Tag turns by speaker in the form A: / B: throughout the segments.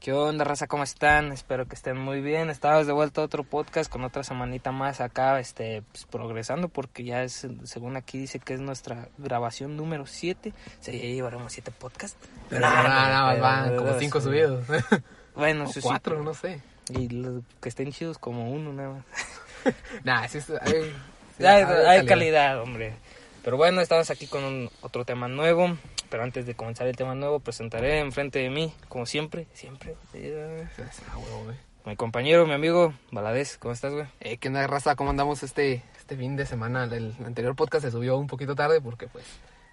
A: ¿Qué onda, raza? ¿Cómo están? Espero que estén muy bien. Estabas de vuelta a otro podcast con otra semanita más acá, este, pues, progresando, porque ya es, según aquí dice que es nuestra grabación número 7. Sí, ya llevaremos 7 podcasts.
B: Pero no, Ah, no, no, van como cinco
A: sí.
B: subidos.
A: Bueno,
B: O
A: sí, sí,
B: cuatro, no sé.
A: Y los que estén chidos como uno, nada más.
B: Nah, sí, es- hay, sí,
A: hay, hay calidad. hombre. Pero bueno, estamos aquí con un- otro tema nuevo. Pero antes de comenzar el tema nuevo, presentaré enfrente de mí, como siempre, siempre, eh,
B: Ah, huevo, güey.
A: mi compañero, mi amigo Baladés. ¿Cómo estás, güey?
B: Eh, ¿Qué onda, raza? ¿Cómo andamos este, este fin de semana? El anterior podcast se subió un poquito tarde porque, pues,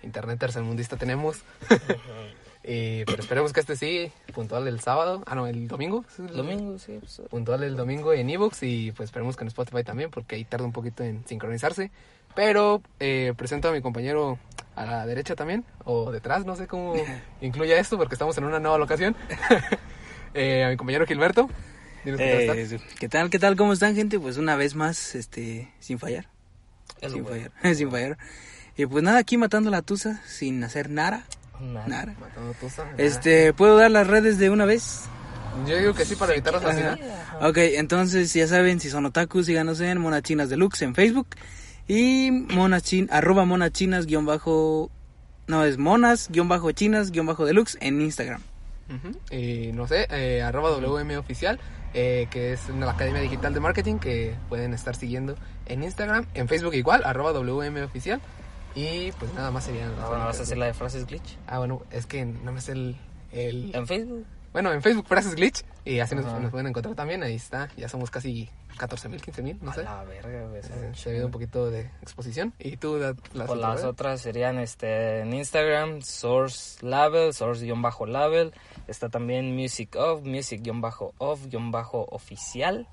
B: internet tercermundista tenemos. Eh, pero esperemos que este sí, puntual el sábado. Ah, no, el domingo. ¿sí?
A: Domingo, sí. pues,
B: Puntual el domingo en ebooks y, pues, esperemos que en Spotify también porque ahí tarda un poquito en sincronizarse. Pero eh, presento a mi compañero a la derecha también, o detrás, no sé cómo incluya esto porque estamos en una nueva locación. Eh, a mi compañero Gilberto. Dinos qué tal estás.
C: Eh, ¿Qué tal? ¿Qué tal? ¿Cómo están, gente? Pues una vez más, este, sin fallar.
A: el
C: sin
A: güey.
C: fallar. sin fallar. Y pues nada, aquí matando la tusa sin hacer nada.
A: Nada.
C: nada.
B: Matando tuza.
C: Este, ¿puedo dar las redes de una vez?
B: Yo digo que Ah, sí para evitar la
C: ah,
B: sociedad.
C: Ok, entonces ya saben, si son otakus, síganos en Monachinas Deluxe en Facebook y monachin, arroba monachinas guión bajo, no, es monas guión bajo chinas guión bajo deluxe en Instagram.
B: Y no sé, eh, arroba WM oficial, eh, que es la Academia Digital de Marketing que pueden estar siguiendo en Instagram, en Facebook igual, arroba WM oficial. Y pues nada más serían las
A: Ah, bueno,
B: únicas,
A: vas a hacer
B: ¿no?
A: la de frases glitch.
B: Ah, bueno, es que no me sé el... el-
A: En Facebook.
B: Bueno, en Facebook frases glitch y así nos,
A: Ajá.
B: nos pueden encontrar también, ahí está, ya somos casi 14 mil, 15 mil, no
A: A
B: sé.
A: la verga, güey. esa
B: Eh,
A: es
B: Se ha habido un poquito de exposición. Y tú, da- las
A: Pues
B: otras
A: las
B: redes.
A: otras serían este en Instagram, Source Label, Source-Label. Está también Music Off, Music-Off-Oficial.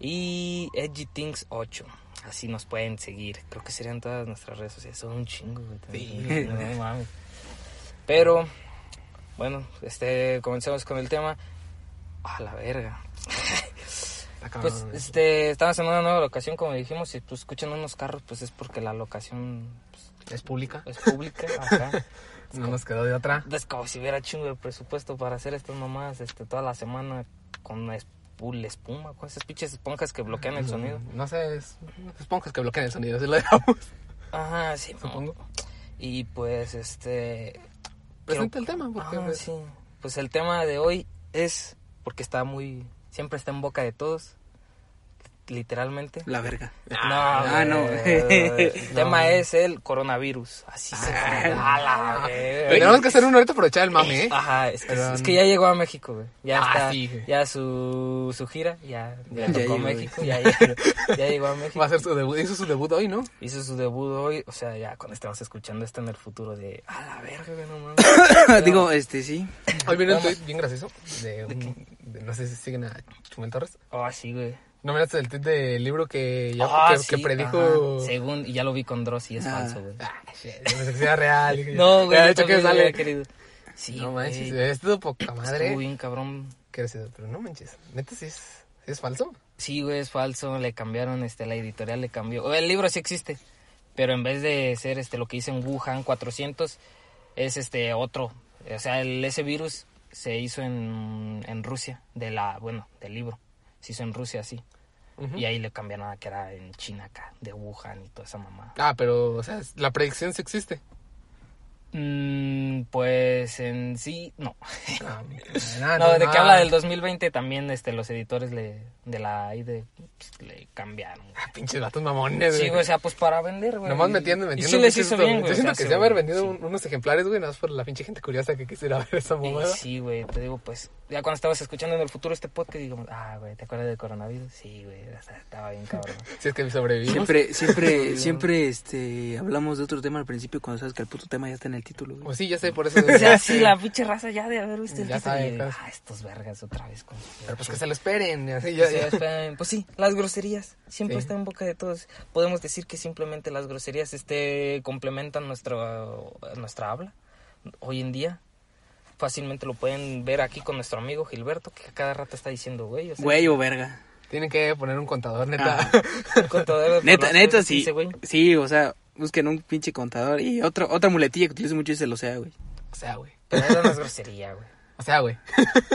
A: Y Edgy Things 8. Así nos pueden seguir. Creo que serían todas nuestras redes sociales. Son un chingo, güey.
B: Sí.
A: No mames. Pero, bueno, este, comencemos con el tema. A la verga.
B: Está cabrón,
A: Pues
B: eh.
A: este, estamos en una nueva locación, como dijimos, y pues escuchan unos carros, pues es porque la locación pues,
B: es pública.
A: es pública, ajá.
B: No nos quedó de otra.
A: Es como si hubiera chingo de presupuesto para hacer estas mamadas este, toda la semana con una espul- espuma, con esas pinches esponjas que bloquean el sonido.
B: No sé, es esponjas que bloquean el sonido, así lo dejamos.
A: Ajá, sí,
B: Supongo.
A: Y pues este.
C: Pues
B: Presenta el tema, porque
A: Ah,
B: pues,
A: sí. Pues el tema de hoy es, porque está muy. Siempre está en boca de todos, literalmente.
C: La verga.
A: No,
C: Ah, no. Ah,
A: güey. El tema es el coronavirus. Así se A la verga.
B: tenemos que hacer uno ahorita para echar el mame, ¿eh?
A: Ajá, es que,
B: Pero-
A: es que ya llegó a México, güey. Ya
B: Ah,
A: está,
B: sí, güey.
A: ya su, su gira, ya, ya,
C: Ya
A: tocó
C: llegó,
A: México, ya, llegó- ya llegó a México.
B: Va a ser su debut, hizo su debut hoy, ¿no?
A: Hizo su debut hoy, o sea, ya cuando estemos escuchando esto en el futuro de, a la verga, güey, no mames.
C: Digo, este, sí.
B: Hoy viene un tweet bien gracioso de un- de- no sé si siguen a Chumel Torres.
A: Oh, sí, güey.
B: ¿No miraste el tweet del libro que, ya,
A: Ah,
B: que, que
A: sí,
B: predijo?
A: ajá. Según, y ya lo vi con Dross y es
C: Ah.
A: falso, güey.
B: Ah, shit, yo pensé que sea real. dije,
A: No, güey,
B: ya,
A: yo
B: De hecho, que
A: también lo
B: sale.
A: había querido. Sí,
B: No manches,
A: güey.
B: esto poca madre.
A: Estuvo bien cabrón.
B: Que era así, Pero no manches, neta, sí es, sí es falso.
A: Sí, güey, es falso, le cambiaron, este, la editorial le cambió. O, El libro sí existe, pero en vez de ser, este, lo que dicen Wuhan 400, es, este, otro. O sea, el, ese virus se hizo en, en Rusia, de la, bueno, del libro. Se hizo en Rusia, sí.
B: Ujú.
A: Y ahí le cambiaron a que era en China acá, de Wuhan y toda esa mamá.
B: Ah, pero, o sea, la predicción sí existe.
A: Mm, pues en sí, no.
B: Ah,
A: No, de que
B: ah,
A: habla del 2020 también, este, los editores le, de la ahí de, pues, le cambiaron. güey.
B: Ah, Pinches vatos mamones,
A: Sí, güey, o sea, pues para vender, güey.
B: Nomás metiendo,
A: Pues, Y
B: metiendo.
A: sí les
B: pinches
A: hizo
B: esto,
A: bien, güey.
B: güey. Yo
A: o
B: siento
A: sea,
B: que
A: sí,
B: se haber
A: güey,
B: vendido
A: sí.
B: un- unos ejemplares, güey, nada más por la pinche gente curiosa que quisiera ver esa
A: Y
B: mamada.
A: Sí, güey, te digo, pues, ya cuando estabas escuchando en el futuro este podcast, digo, ah, güey, ¿te acuerdas del coronavirus? Sí, güey, o sea, estaba bien cabrón.
B: Si es que sobrevivimos.
C: Siempre, siempre, siempre, este, hablamos de otro tema al principio cuando sabes que el puto tema ya está en el título. güey.
B: Pues sí, ya sé, por eso.
A: O sea, sí, la pinche raza ya de haber visto el
B: Ya
A: título,
B: sabe, pues.
A: y,
B: claro.
A: Ah, estos vergas otra vez con su-
B: Pero pues que se lo esperen. Así,
A: Ya,
B: ya,
A: ya,
B: ya.
A: espérame. Pues sí, las groserías siempre
B: Sí.
A: están en boca de todos. Podemos decir que simplemente las groserías este, complementan nuestro, nuestra habla hoy en día. Fácilmente lo pueden ver aquí con nuestro amigo Gilberto, que a cada rato está diciendo, güey, o sea,
C: Güey o verga.
B: Tienen que poner un contador, neta.
A: con todo-
C: Neta,
A: con las
C: neta,
A: cosas que
C: sí.
A: dice, güey.
C: Sí, o sea, busquen un pinche contador y otro, otra muletilla que utilizo mucho es el sea, güey.
B: o sea, güey.
A: Pero eso no es grosería, güey.
B: O sea, güey.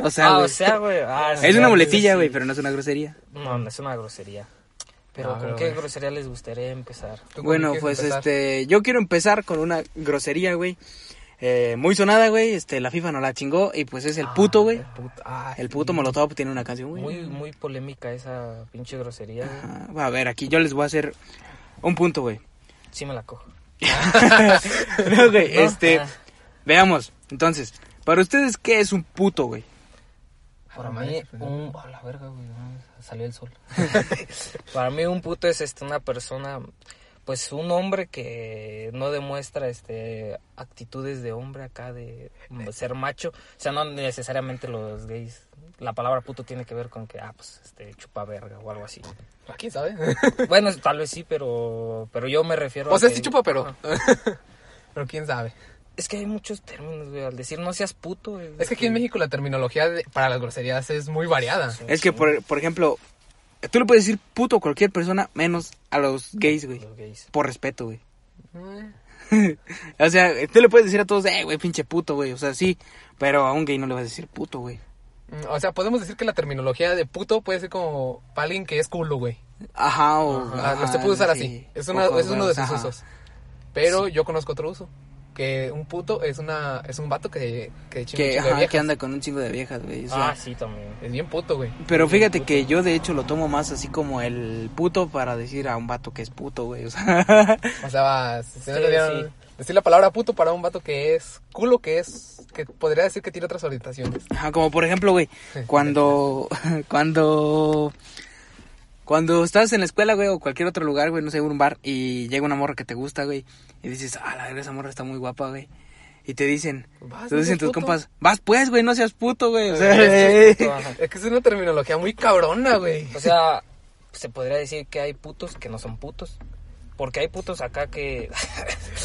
C: O sea,
A: Ah,
C: güey.
A: o sea, güey. ah, sí,
C: es una
A: sí,
C: muletilla,
A: sí.
C: güey, pero no es una grosería.
A: No, no es una grosería. Pero
C: Ah,
B: No,
A: ¿con
B: pero,
A: qué
B: güey.
A: grosería les gustaría empezar?
B: ¿Tú con
C: Bueno,
B: qué quieres
C: pues
B: empezar?
C: este, yo quiero empezar con una grosería, güey. Eh, muy sonada, güey. Este, la FIFA no la chingó y pues es el
B: Ah,
C: puto, güey.
B: El puto, ay,
C: El puto Molotov tiene una canción, güey.
A: Muy, muy polémica esa pinche grosería. güey.
C: Ah, a ver, aquí yo les voy a hacer un punto, güey.
A: Sí me la cojo.
C: No, güey,
A: ¿No?
C: este,
A: Ah.
C: veamos. Entonces, para ustedes, ¿qué es un puto, güey?
A: Para
B: Ah,
A: mí,
B: madre, pues,
A: un... A la verga, güey, ah, salió el sol. Para mí un puto es este, una persona, pues un hombre que no demuestra este actitudes de hombre acá, de ser macho. O sea, no necesariamente los gays. La palabra puto tiene que ver con que, ah, pues, este, chupa verga o algo así.
B: ¿A quién sabe?
A: Bueno, tal vez sí, pero, pero yo me refiero
B: o sea,
A: que-
B: sí chupa, pero.
A: Ah,
B: pero quién sabe.
A: Es que hay muchos términos, güey. Al decir no seas puto, güey,
B: Es que aquí en México la terminología de- para las groserías es muy variada.
C: Es que, por, por ejemplo, tú le puedes decir puto a cualquier persona menos a los gays, güey.
A: Los gays.
C: Por respeto, güey.
B: Eh,
C: O sea, tú le puedes decir a todos, eh, güey, pinche puto, güey. O sea, sí, pero a un gay no le vas a decir puto, güey.
B: mm, O sea, podemos decir que la terminología de puto puede ser como para alguien que es culo, güey.
C: Ajá, o.
B: Ah,
C: ajá,
B: se puede usar
C: sí.
B: así. Es, una-
C: Pocos
B: es uno de
C: huevos,
B: sus
C: ajá.
B: usos. Pero yo conozco otro uso. Que un puto es una es un vato que, que chinga un
C: Que,
B: chingo de
C: ajá,
B: viejas.
C: que anda con un chingo de viejas, güey. o sea,
A: Ah, sí, también.
B: Es bien puto, güey.
C: Pero fíjate que yo de hecho lo tomo más así como el puto para decir a un vato que es puto, güey. O sea,
B: O sea, va- si se
A: Sí,
B: entendieron,
A: sí.
B: decir la palabra puto para un vato que es culo, que es que podría decir que tiene otras orientaciones.
C: ajá, como por ejemplo, güey, cuando cuando cuando estás en la escuela, güey, o cualquier otro lugar, güey, no sé, un bar y llega una morra que te gusta, güey, y dices, "Ah, la verga, esa morra está muy guapa, güey." Y te dicen,
B: Vas,
C: te
B: no
C: dicen
B: seas
C: tus
B: puto.
C: compas, "Vas pues, güey, no seas puto, güey." O sea,
A: Es puto, ajá.
B: Es que es una terminología muy cabrona, güey.
A: O sea, se podría decir que hay putos que no son putos. Porque hay putos acá que.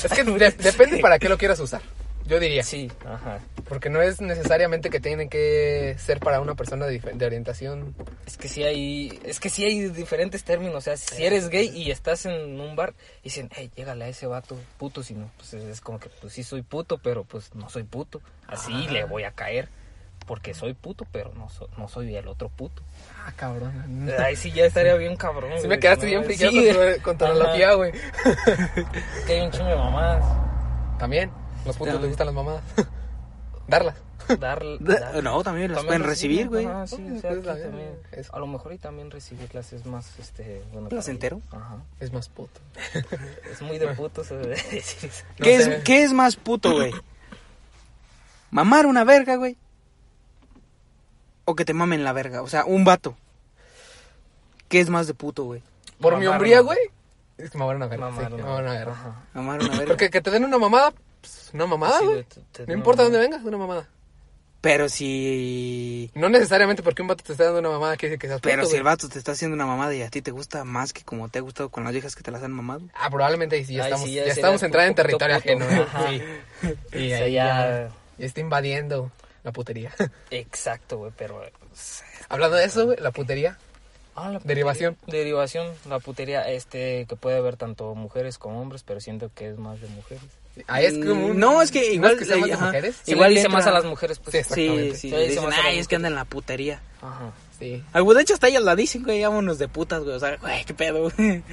B: Es que de- depende para qué lo quieras usar. Yo diría.
A: sí, ajá.
B: Porque no es necesariamente que tienen que ser para una persona de, dife- de orientación.
A: Es que sí hay. Es que sí hay diferentes términos. O sea, si
B: Eh,
A: eres gay y estás en un bar, dicen, hey, llégale a ese vato, puto. Si no, pues es- es como que, pues sí soy puto, pero pues no soy puto. Así
B: Ah.
A: le voy a caer. Porque soy puto, pero no, so- no soy el otro puto.
B: Ah, cabrón.
A: Ahí sí ya estaría bien cabrón.
B: Si me
A: güey,
B: quedaste
A: ¿no?
B: bien friqueado
A: Sí,
B: con
A: güey.
B: tu, con tu
A: Ajá,
B: analogía, güey.
A: Que hay un chingo de mamás.
B: También. Los putos
C: También.
B: les gustan las mamadas. Darlas.
A: Dar,
C: da-
A: dar-
C: no, también las pueden recibir, güey.
A: Ajá, sí, o sea,
B: Pues, la
A: aquí
B: verdad,
A: también.
B: eso.
A: A lo mejor y también recibirlas es más, este, bueno. para
C: Placentero.
A: ellos. Ajá.
B: Es más puto.
A: Es muy de putos eh, decir eso.
B: No
C: ¿Qué,
B: sé.
C: es, ¿Qué es más puto, güey? ¿Mamar una verga, güey? ¿O que te mamen la verga? O sea, un vato. ¿Qué es más de puto, güey?
B: Por
A: Mamar
B: mi hombría,
A: una-
B: güey. Es que mamar una verga.
A: Mamar
B: sí,
A: una-
B: mamar una verga.
A: Ajá.
C: Mamar una verga.
B: Porque que te den una mamada, pues, una mamada,
A: Sí,
B: güey.
A: güey, te- te
B: no
A: den
B: importa
A: una
B: dónde vengas, una mamada.
C: Pero si...
B: No necesariamente porque un vato te está dando una mamada quiere decir que seas
C: Pero
B: puto,
C: si el
B: güey.
C: vato te está haciendo una mamada y a ti te gusta más que como te ha gustado con las viejas que te las han mamado.
B: Ah, probablemente ahí sí, ya
A: Ahí
B: estamos,
A: sí,
B: ya
A: ya sería
B: estamos
A: puto,
B: entrando en
A: puto,
B: territorio
A: puto.
B: ajeno, ¿no?
A: Ajá.
B: Sí. Y
A: O sea,
B: ahí ya,
A: ya-
B: ya está invadiendo la putería.
A: Exacto, güey, pero. eh, s-
B: Hablando de eso, güey, la putería.
A: ah, la putería.
B: Derivación.
A: Derivación, la putería, este, que puede haber tanto mujeres como hombres, pero siento que es más de mujeres.
B: Ahí Ah, es como un-
C: Mm, No, es que igual...
B: que sea más
C: le-
B: de
C: ajá.
B: mujeres.
A: Se
C: Igual
A: le dice
C: entra-
A: más a las mujeres, pues.
B: Sí, exacto.
C: Sí,
B: Exactamente.
C: sí.
A: Se le
C: le
A: dice
C: dicen,
A: más a las
C: Ay, es que anda en la putería.
A: Ajá.
B: Sí.
C: Ah, güey, De hecho, hasta ellas la dicen, güey, vámonos de putas, güey. O sea, güey, qué pedo, güey.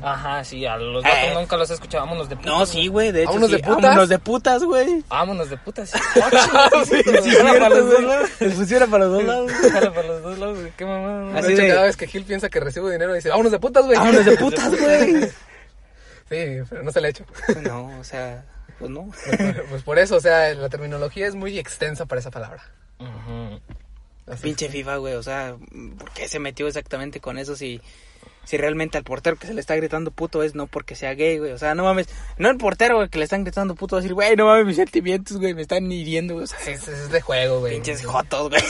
A: Ajá, sí, a los
C: Eh.
A: vatos nunca los escuchábamos de putas.
C: No, sí, güey, de hecho.
B: ¿Vámonos
C: sí.
B: de putas?
C: Vámonos de putas, güey.
A: Vámonos de putas. sí.
B: Ah,
C: Funciona para los dos lados. Funciona para los dos lados.
A: Jala para los dos lados, güey, qué mamada, ¿no?
C: Así
B: de hecho,
C: de-
B: cada vez que Gil piensa que recibo dinero, dice, vámonos de putas, güey.
C: este- Vámonos de putas, güey.
B: Sí, pero no se le ha hecho.
C: No, o sea, pues no.
B: pues por eso, o sea, la terminología es muy extensa para esa palabra.
A: Ujú.
B: Así.
C: Pinche FIFA, güey, o sea, ¿por qué se metió exactamente con eso si, si realmente al portero que se le está gritando puto es no porque sea gay, güey? O sea, no mames, no el portero, güey, que le están gritando puto va a decir, güey, no mames, mis sentimientos, güey, me están hiriendo, güey. O sea,
B: Sí, sí, es de juego, güey.
C: pinches jotos, güey.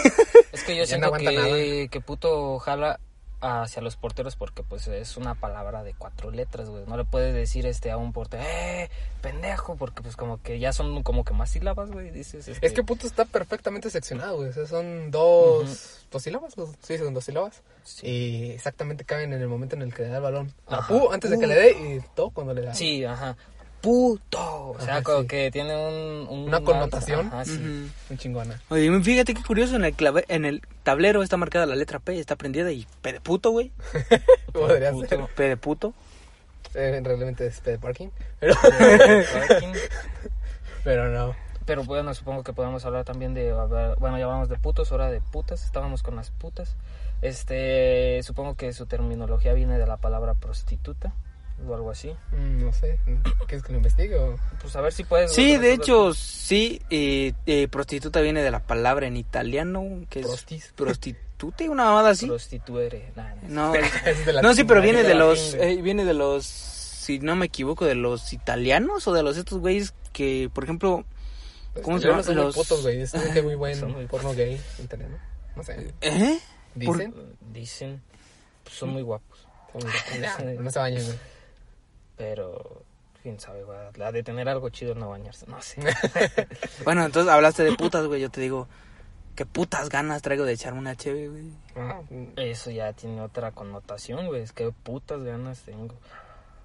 A: Es que yo
B: Ya
A: siento
B: no aguanta
A: que, que puto jala hacia los porteros porque pues es una palabra de cuatro letras, güey. No le puedes decir este a un portero, eh, pendejo, porque pues como que ya son como que más sílabas, güey, dices. este,
B: Es que puto está perfectamente seccionado, güey. O sea, son dos, dos sílabas. dos- sí, son dos sílabas. Y exactamente caben en el momento en el que le da el balón. La
C: Uh.
A: Ajá.
B: pu antes de que le dé y todo cuando le da.
A: Sí, ajá. puto. O sea,
B: Ajá,
A: como
B: sí.
A: que tiene un, un-
B: Una connotación.
A: Ajá, sí.
C: Ujú.
B: Muy chingona.
C: Oye, y fíjate qué curioso, en el, clave- en el tablero está marcada la letra P, está prendida y P de puto, güey.
B: Podría ser.
A: Puto.
C: P de puto.
B: Eh, realmente es de parking. Pero, pero no.
A: Pero bueno, supongo que podemos hablar también de. hablar- Bueno, ya hablamos de putos, ahora de putas. Estábamos con las putas. Este. Supongo que su terminología viene de la palabra prostituta o algo así.
B: Mm, No sé. ¿Quieres que lo investigue o...?
A: Pues a ver si puedes.
C: Sí,
A: güey,
C: de
A: tú-
C: hecho, sí, eh, eh, prostituta viene de la palabra en italiano, que es
B: Prostis.
C: prostituta y una mamada así.
A: Prostituere. Nah, nah.
C: No,
B: Es de la
C: no, sí, pero viene de
A: latín,
C: los,
B: güey.
C: eh, viene de los, si no me equivoco, de los italianos o de los estos güeyes que, por ejemplo, ¿cómo se
B: Yo no
C: llama?
B: soy
C: Los-
B: muy putos, güey. Es como que muy buen
A: Son muy
B: porno gay italiano. No sé.
C: ¿eh? ¿Por-
B: ¿Dicen?
A: Dicen. pues, son muy guapos.
B: Son muy guapos. No se bañen, güey.
A: Pero. Quién sabe, güey. La de tener algo chido no bañarse. No sé.
C: Bueno, entonces hablaste de putas, güey, yo te digo, qué putas ganas traigo de echarme una chévere, güey.
B: Ah,
A: Eso ya tiene otra connotación, güey. Es que putas ganas tengo.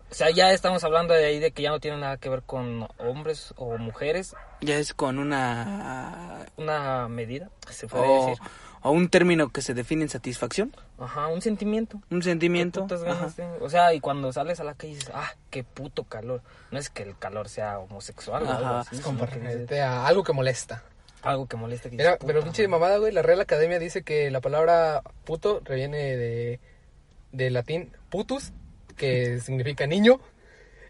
A: O sea, ya estamos hablando de ahí de que ya no tiene nada que ver con hombres o mujeres.
C: Ya es con una,
A: Una medida, se puede
C: o,
A: decir.
C: o un término que se define en satisfacción,
A: Ajá, un sentimiento.
C: un
A: ¿Qué
C: sentimiento.
A: putas
C: ajá.
A: ganas tengo? O sea, y cuando sales a la calle dices, ah, qué puto calor. No es que el calor sea homosexual o algo
C: Ajá.
A: así.
B: es
A: sino que dices,
B: compararte Este, a algo que molesta.
A: algo que molesta. Que dices,
B: Era- pero
A: "Puta
B: pinche
A: madre".
B: mamada, güey. La Real Academia dice que la palabra puto reviene de, de latín putus, que significa niño.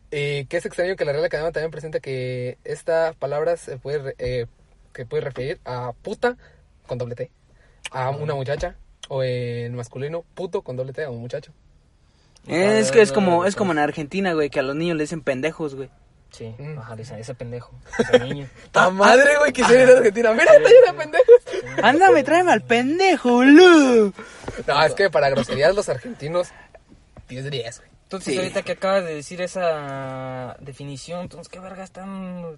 B: Y que es extraño que la Real Academia también presenta que esta palabra se puede, re- eh, que puede referir a puta con doble T, a una muchacha, o en masculino, puto con doble T a un muchacho.
C: Es que es como, es como en Argentina, güey, que a los niños le dicen pendejos, güey.
A: Sí,
B: Mm.
A: ajá, dicen, ese pendejo, ese niño.
B: ¡Ta ¡Ah, madre, güey! Que se en Argentina. ¡Mira, está llena de pendejos!
C: Ándame, tráeme al pendejo, boludo.
B: No, es que para groserías los argentinos, 10 de 10, güey.
A: Entonces,
C: Sí.
A: ahorita que acabas de decir esa definición, entonces, ¿qué verga están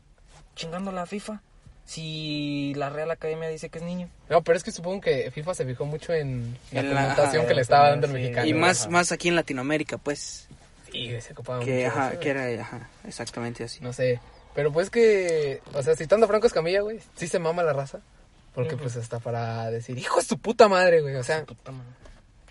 A: chingando la FIFA? Si la Real Academia dice que es niño.
B: No, pero es que supongo que FIFA se fijó mucho en la
C: En la-
B: connotación
A: ajá,
B: que le estaba dando el
A: sí.
B: mexicano.
C: Y
A: Ajá.
C: más, más aquí en Latinoamérica, pues.
B: Y se ocupaba
C: Que,
B: mucho
C: ajá,
B: eso,
C: que era, ajá, exactamente así.
B: No sé. Pero pues que, o sea, citando a Franco Escamilla, güey, sí se mama la raza. Porque pues hasta para decir, hijo de su puta madre, güey. O sea,
A: Puta madre.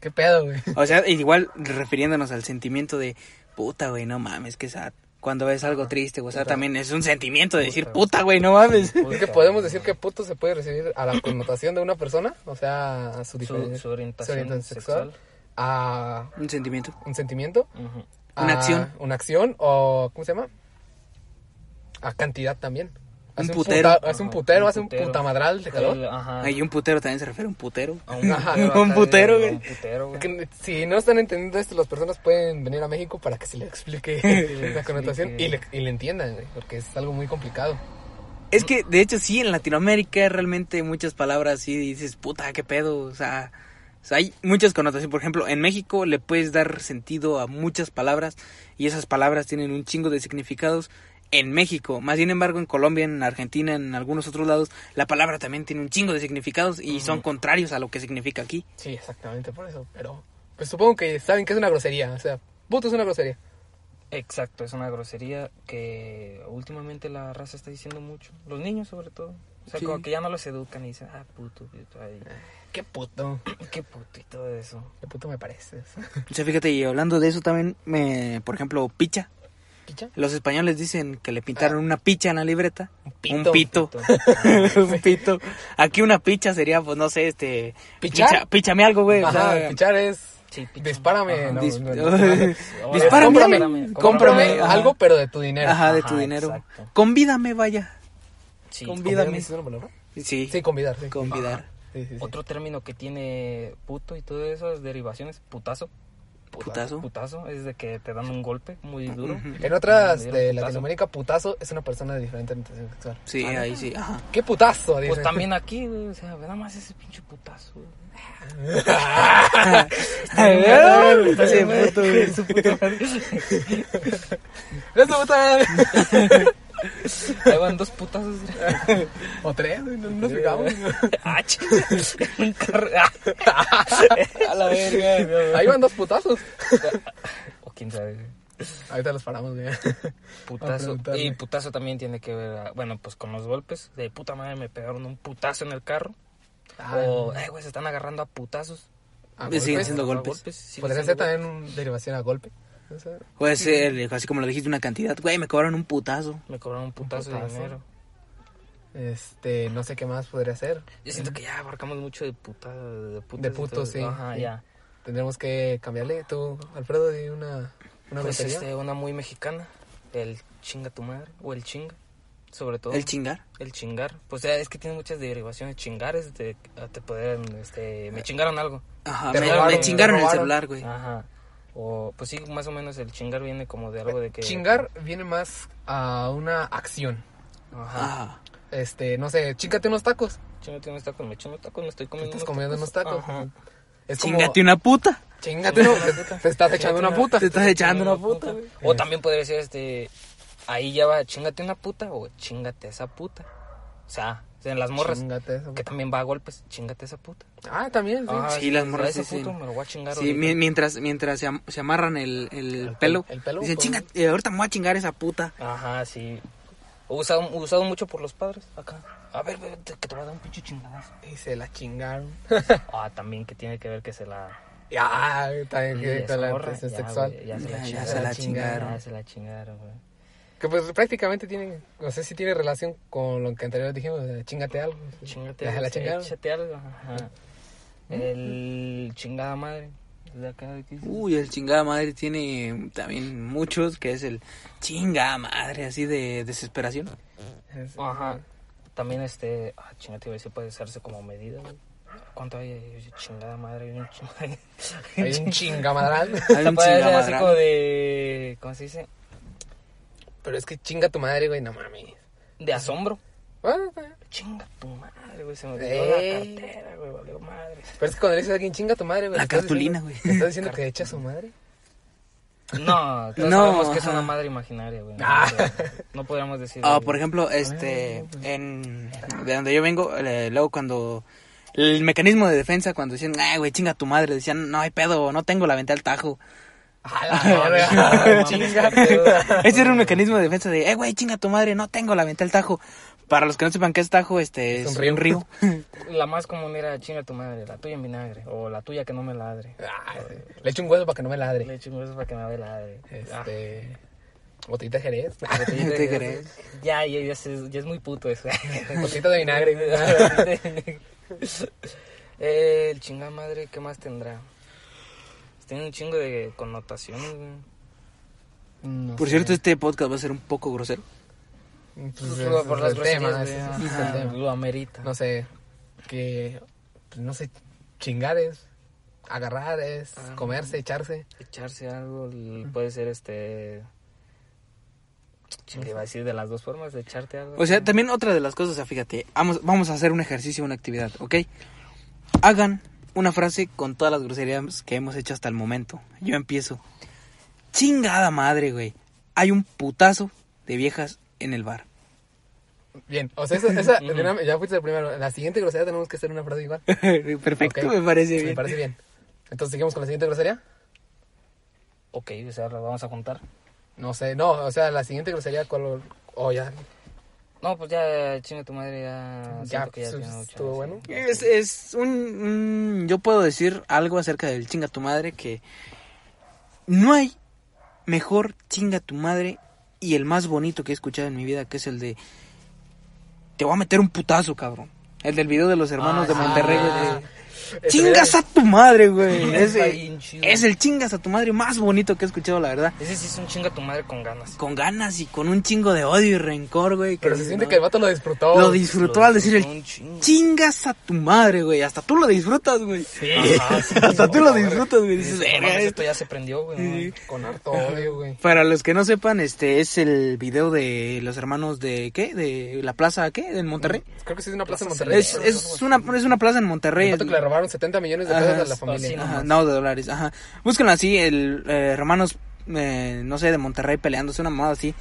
B: qué pedo, güey.
C: O sea, e igual refiriéndonos al sentimiento de puta, güey, no mames, que sad. Cuando ves algo triste, güey, o sea, también es un sentimiento de decir puta, güey, no mames.
B: Es que podemos decir que puto se puede recibir a la connotación de una persona, o sea, a su,
A: su,
B: diferencia,
A: su orientación sexual.
B: a
C: Un sentimiento.
B: un sentimiento,
A: Ujú.
C: Una
B: a
C: acción.
B: Ah, Una acción o, ¿cómo se llama? A cantidad también.
C: Un
B: Hace
C: putero.
B: puta- hace un
A: Ajá,
B: putero,
A: un
B: hace un
A: putero.
B: putamadral de calor.
A: El- ajá.
C: Ahí un putero también se refiere a un putero.
A: A un,
B: Ajá,
A: a
C: un putero,
A: un
C: güey.
A: putero, güey.
B: Que- si no están entendiendo esto, las personas pueden venir a México para que se les explique la connotación y le, y le entiendan, güey, porque es algo muy complicado.
C: Es que, de hecho, sí, en Latinoamérica realmente muchas palabras sí dices, puta, qué pedo. O sea, o sea, hay muchas connotaciones. Por ejemplo, en México le puedes dar sentido a muchas palabras y esas palabras tienen un chingo de significados en México. Más sin embargo, en Colombia, en Argentina, en algunos otros lados, la palabra también tiene un chingo de significados y son contrarios a lo que significa aquí.
B: Sí, exactamente por eso, pero pues supongo que saben que es una grosería, o sea, puto es una grosería.
A: Exacto, es una grosería que últimamente la raza está diciendo mucho. Los niños, sobre todo. O sea,
C: Sí.
A: como que ya no los educan y dicen, ah, puto, puto, ay,
B: Qué puto,
A: qué puto y todo eso.
B: qué puto me pareces.
C: O sea, fíjate, y hablando de eso también, me, por ejemplo, picha.
B: ¿Picha?
C: Los españoles dicen que le pintaron una picha en la libreta. Un pito.
A: Entonces,
C: un pito. Aquí una picha sería, pues no sé, este.
B: ¿Pichar?
C: picha- píchame algo, güey. o
B: Ajá,
C: sea,
B: pichar es
A: Sí, picha.
B: dispárame,
A: Ajá.
B: no,
C: dis-
B: no, no, no.
A: Ahora,
C: Dispárame,
B: cómprame,
A: cómprame,
B: cómprame
C: ajá.
B: algo pero de tu dinero.
C: ajá, de
A: Ajá,
C: tu dinero.
A: exacto.
C: Convídame, vaya.
A: Sí.
C: Con-
B: ¿Convidar
C: Convídame.
B: es una palabra?
C: Sí.
B: Sí, convidar, sí.
C: Convidar.
B: Sí, sí, sí.
A: Otro término que tiene puto y todas esas derivaciones, putazo.
C: Putazo.
A: Putazo es de que te dan un golpe muy duro.
B: En otras
A: Convidar,
B: de
A: putazo.
B: Latinoamérica, putazo es una persona de diferente orientación sexual.
C: Sí, ahí sí. Ajá.
B: ¡Qué putazo!
A: Pues
B: dicen.
A: también aquí, güey, o sea, nada más ese pinche putazo. güey. Eh,
C: Estás bien puto, güey.
B: ¡No se puta!
A: Ahí van dos putazos.
B: O tres, no no nos fijamos.
A: Ah, chinga. Un carro. Ah.
B: A la verga. Ahí van dos putazos.
A: O quién sabe. güey.
B: Ahorita los paramos, güey.
A: Putazo.
B: A preguntarle.
A: Y putazo también tiene que ver, ah, bueno, pues con los golpes. De puta madre me pegaron un putazo en el carro.
B: Ah,
A: o, eh, güey, se están agarrando a putazos.
B: Ah,
C: Siguen
B: golpes.
C: siendo golpes.
A: siguen
B: Podría ser
A: siendo golpes.
B: también una derivación a golpe. O sea,
C: Puede ser, eh, así como lo dijiste, una cantidad. Güey, me cobraron un putazo.
A: Me cobraron un putazo, de
B: putazo.
A: dinero.
B: Este, no sé qué más podría ser.
A: Yo siento que ya abarcamos mucho de puta, de putas.
B: De putos,
A: entonces,
B: sí,
A: Ajá,
B: sí.
A: ya.
B: Tendremos que cambiarle. Tú, Alfredo, di una, una
A: Pues
B: grosería.
A: este, una muy mexicana, el chinga tu madre, o el chinga, sobre todo.
C: El chingar.
A: El chingar. Pues eh, es que tiene muchas derivaciones. Chingar es de, ah, te pueden, este, me chingaron algo.
C: Ajá,
B: Te
C: me,
A: robaron,
C: me
A: te
C: chingaron el
B: robaron.
C: celular, güey.
A: Ajá. O, pues sí, más o menos el chingar viene como de algo de que...
B: Chingar viene más a una acción.
A: Ajá.
C: Ajá.
B: Este, no sé, chingate unos tacos.
A: Chingate unos tacos, me chingo tacos, me estoy
B: Te
A: comiendo
B: estás comiendo unos tacos.
A: Ajá.
B: Es como,
C: Chingate una puta.
B: chingate uno- te, te estás echando una puta.
C: Te estás echando una
A: Una puta.
C: puta, güey.
A: O también podría ser este. Ahí ya va, chingate una puta o chingate a esa puta. O sea, en las morras.
B: Chíngate eso.
A: Que también va a golpes, chingate a esa puta.
B: Ah, también, sí.
A: Ah,
C: sí, las
A: a
C: morras
A: ese
C: sí, sí.
A: puto me lo voy a chingar.
C: Sí,
A: ahorita.
C: mi- mientras, mientras se, am- se amarran el, el pelo.
B: el pelo,
C: Dicen,
B: pues.
C: chinga, eh, ahorita me voy a chingar esa puta.
A: Ajá, sí. Usado, usado mucho por los padres acá. A ver, ve, te- que te voy a dar un pinche chingadazo.
B: Y se la chingaron.
A: Ah, también que tiene que ver que se la.
B: ya, también
A: Sí,
B: que
A: esa
B: con la
A: morra,
B: atención
A: ya,
B: sexual.
A: güey, ya se
C: Ya-
A: la
C: ya
A: chingaron.
C: se la chingaron.
A: Ya se la chingaron, güey.
B: Que pues prácticamente tiene, no sé si tiene relación con lo que anterior dijimos, de chingate algo.
A: Chingate
B: Pues, Ya se
A: algo,
B: la
A: sí,
B: chingaron.
A: échate algo, ajá. El chingada madre. el de acá, ¿qué dice?
C: Uy, el chingada madre tiene también muchos, que es el chingada madre, así de desesperación.
B: Es-
A: Ajá. También este. Ah, chingate, güey, se puede usarse como medida, güey. ¿Cuánto hay? Oye, Chingada madre, hay un chingada.
B: Hay un chingamadral.
C: Hay
A: Se
C: un
A: puede hacer
C: chingada
A: así como
C: madre.
A: de. ¿Cómo se dice?
B: Pero es que chinga tu madre, güey, no mames. Ah,
A: De asombro.
B: Bueno, está bien.
A: Chinga tu madre, güey. Se me olvidó la
B: Ey.
A: cartera, güey. Valió madre.
B: Pero es que cuando le dices a alguien chinga tu madre, güey.
C: La
B: le estás
C: cartulina,
B: diciendo-
C: güey.
B: le ¿Estás diciendo que echa a su madre?
A: No, todos
C: No,
A: sabemos que es
C: ajá.
A: una madre imaginaria, güey. No,
B: Ah.
A: podríamos- no podríamos decir.
C: Ah, por ejemplo, este, en, de donde yo vengo, eh, luego cuando el mecanismo de defensa, cuando decían, ay, güey, chinga tu madre, decían, no hay pedo, no tengo la venta al tajo.
A: Ah,
B: A la verga. Chinga.
C: Ese era un mecanismo de defensa de, eh, güey, chinga tu madre, no tengo la venta al tajo. Para los que no sepan qué es tajo, este, es un río.
A: La más común era chinga tu madre, la tuya en vinagre. O la tuya que no me ladre.
B: Ah, sí. Le echo un hueso para que no me
A: Le
B: ladre.
A: echo eso para que me dé ladre. Ah.
B: Este. Botellita de jerez.
C: Ah,
A: Botellita
C: ¿Te
A: de-
C: crees?
A: Ya, ya, ya, se- ya es muy puto eso.
B: Botellita de vinagre. güey.
A: Eh, el chingada madre, ¿qué más tendrá? Pues Tiene un chingo de connotaciones, güey.
B: No
C: Por
B: sé.
C: cierto, este podcast va a ser un poco grosero.
B: Pues,
A: Pues,
B: ese
A: por
B: es
A: las
B: el
A: groserías,
B: tema,
A: güey,
B: ese es el
A: ajá,
B: tema.
A: lo amerita.
B: No sé. Que. pues, No sé. Chingar es. Agarrar es.
A: Ah.
B: Comerse, echarse.
A: Echarse algo l- puede ser este. Chinga, iba a decir de las dos formas, de echarte algo.
C: O sea, también otra de las cosas, o sea, fíjate, vamos, vamos a hacer un ejercicio, una actividad, ¿ok? Hagan una frase con todas las groserías que hemos hecho hasta el momento. Yo empiezo. Chingada madre, güey. Hay un putazo de viejas en el bar.
B: Bien. O sea, esa. esa- una- ya fuiste el primero. La siguiente grosería tenemos que hacer una frase igual.
C: Perfecto,
B: Ok.
C: me parece bien.
B: Me parece bien. Entonces, ¿seguimos con la siguiente grosería?
A: Ok, o sea, lo vamos a contar.
B: No sé. No, o sea, la siguiente grosería, ¿cuál? o- O ya.
A: No, pues ya, chinga tu madre, ya.
B: Ya,
A: siento que
B: pues,
A: tiene mucho,
B: estuvo
A: sí.
B: bueno.
C: Es, es un, un- Yo puedo decir algo acerca del chinga tu madre que... No hay mejor chinga tu madre y el más bonito que he escuchado en mi vida, que es el de... Te voy a meter un putazo, cabrón. El del video de los hermanos de
A: Ah,
C: Monterrey.
B: ah.
C: de, chingas a tu madre, güey.
A: Está
C: Ese-
A: bien chido.
C: Es el chingas a tu madre más bonito que he escuchado, la verdad.
A: Ese sí es un chinga tu madre con ganas.
C: Con ganas y con un chingo de odio y rencor, güey.
B: Pero se
C: dices,
B: siente
C: "No,
B: que el vato lo disfrutó.
C: lo disfrutó
A: Lo
C: al decir
A: disfrutó
C: el
A: un chingo.
C: chingas a tu madre, güey. Hasta tú lo disfrutas, güey.
A: Ajá, sí,
C: Hasta
A: no,
C: tú lo
A: güey.
C: disfrutas, güey. Dices,
A: Dices, no
C: "Verga,
A: mames,
C: esto".
A: esto ya se prendió, güey. ¿no?
C: Sí.
B: Con harto odio, güey.
C: Para los que no sepan, este es el video de los hermanos de ¿qué? De la plaza ¿qué? Del Monterrey.
B: Creo que sí es una plaza en
A: Plaza
B: Monterrey.
C: Es, es una es una plaza en
B: El
C: Monterrey.
B: vato que le robaron 70 millones de
C: Ajá,
B: pesos a la
C: sí,
A: sí,
B: familia.
A: no.
C: Ajá, no de dólares, ajá. Búsquenlo así el eh, hermanos eh, no sé, de Monterrey peleándose una mamada así.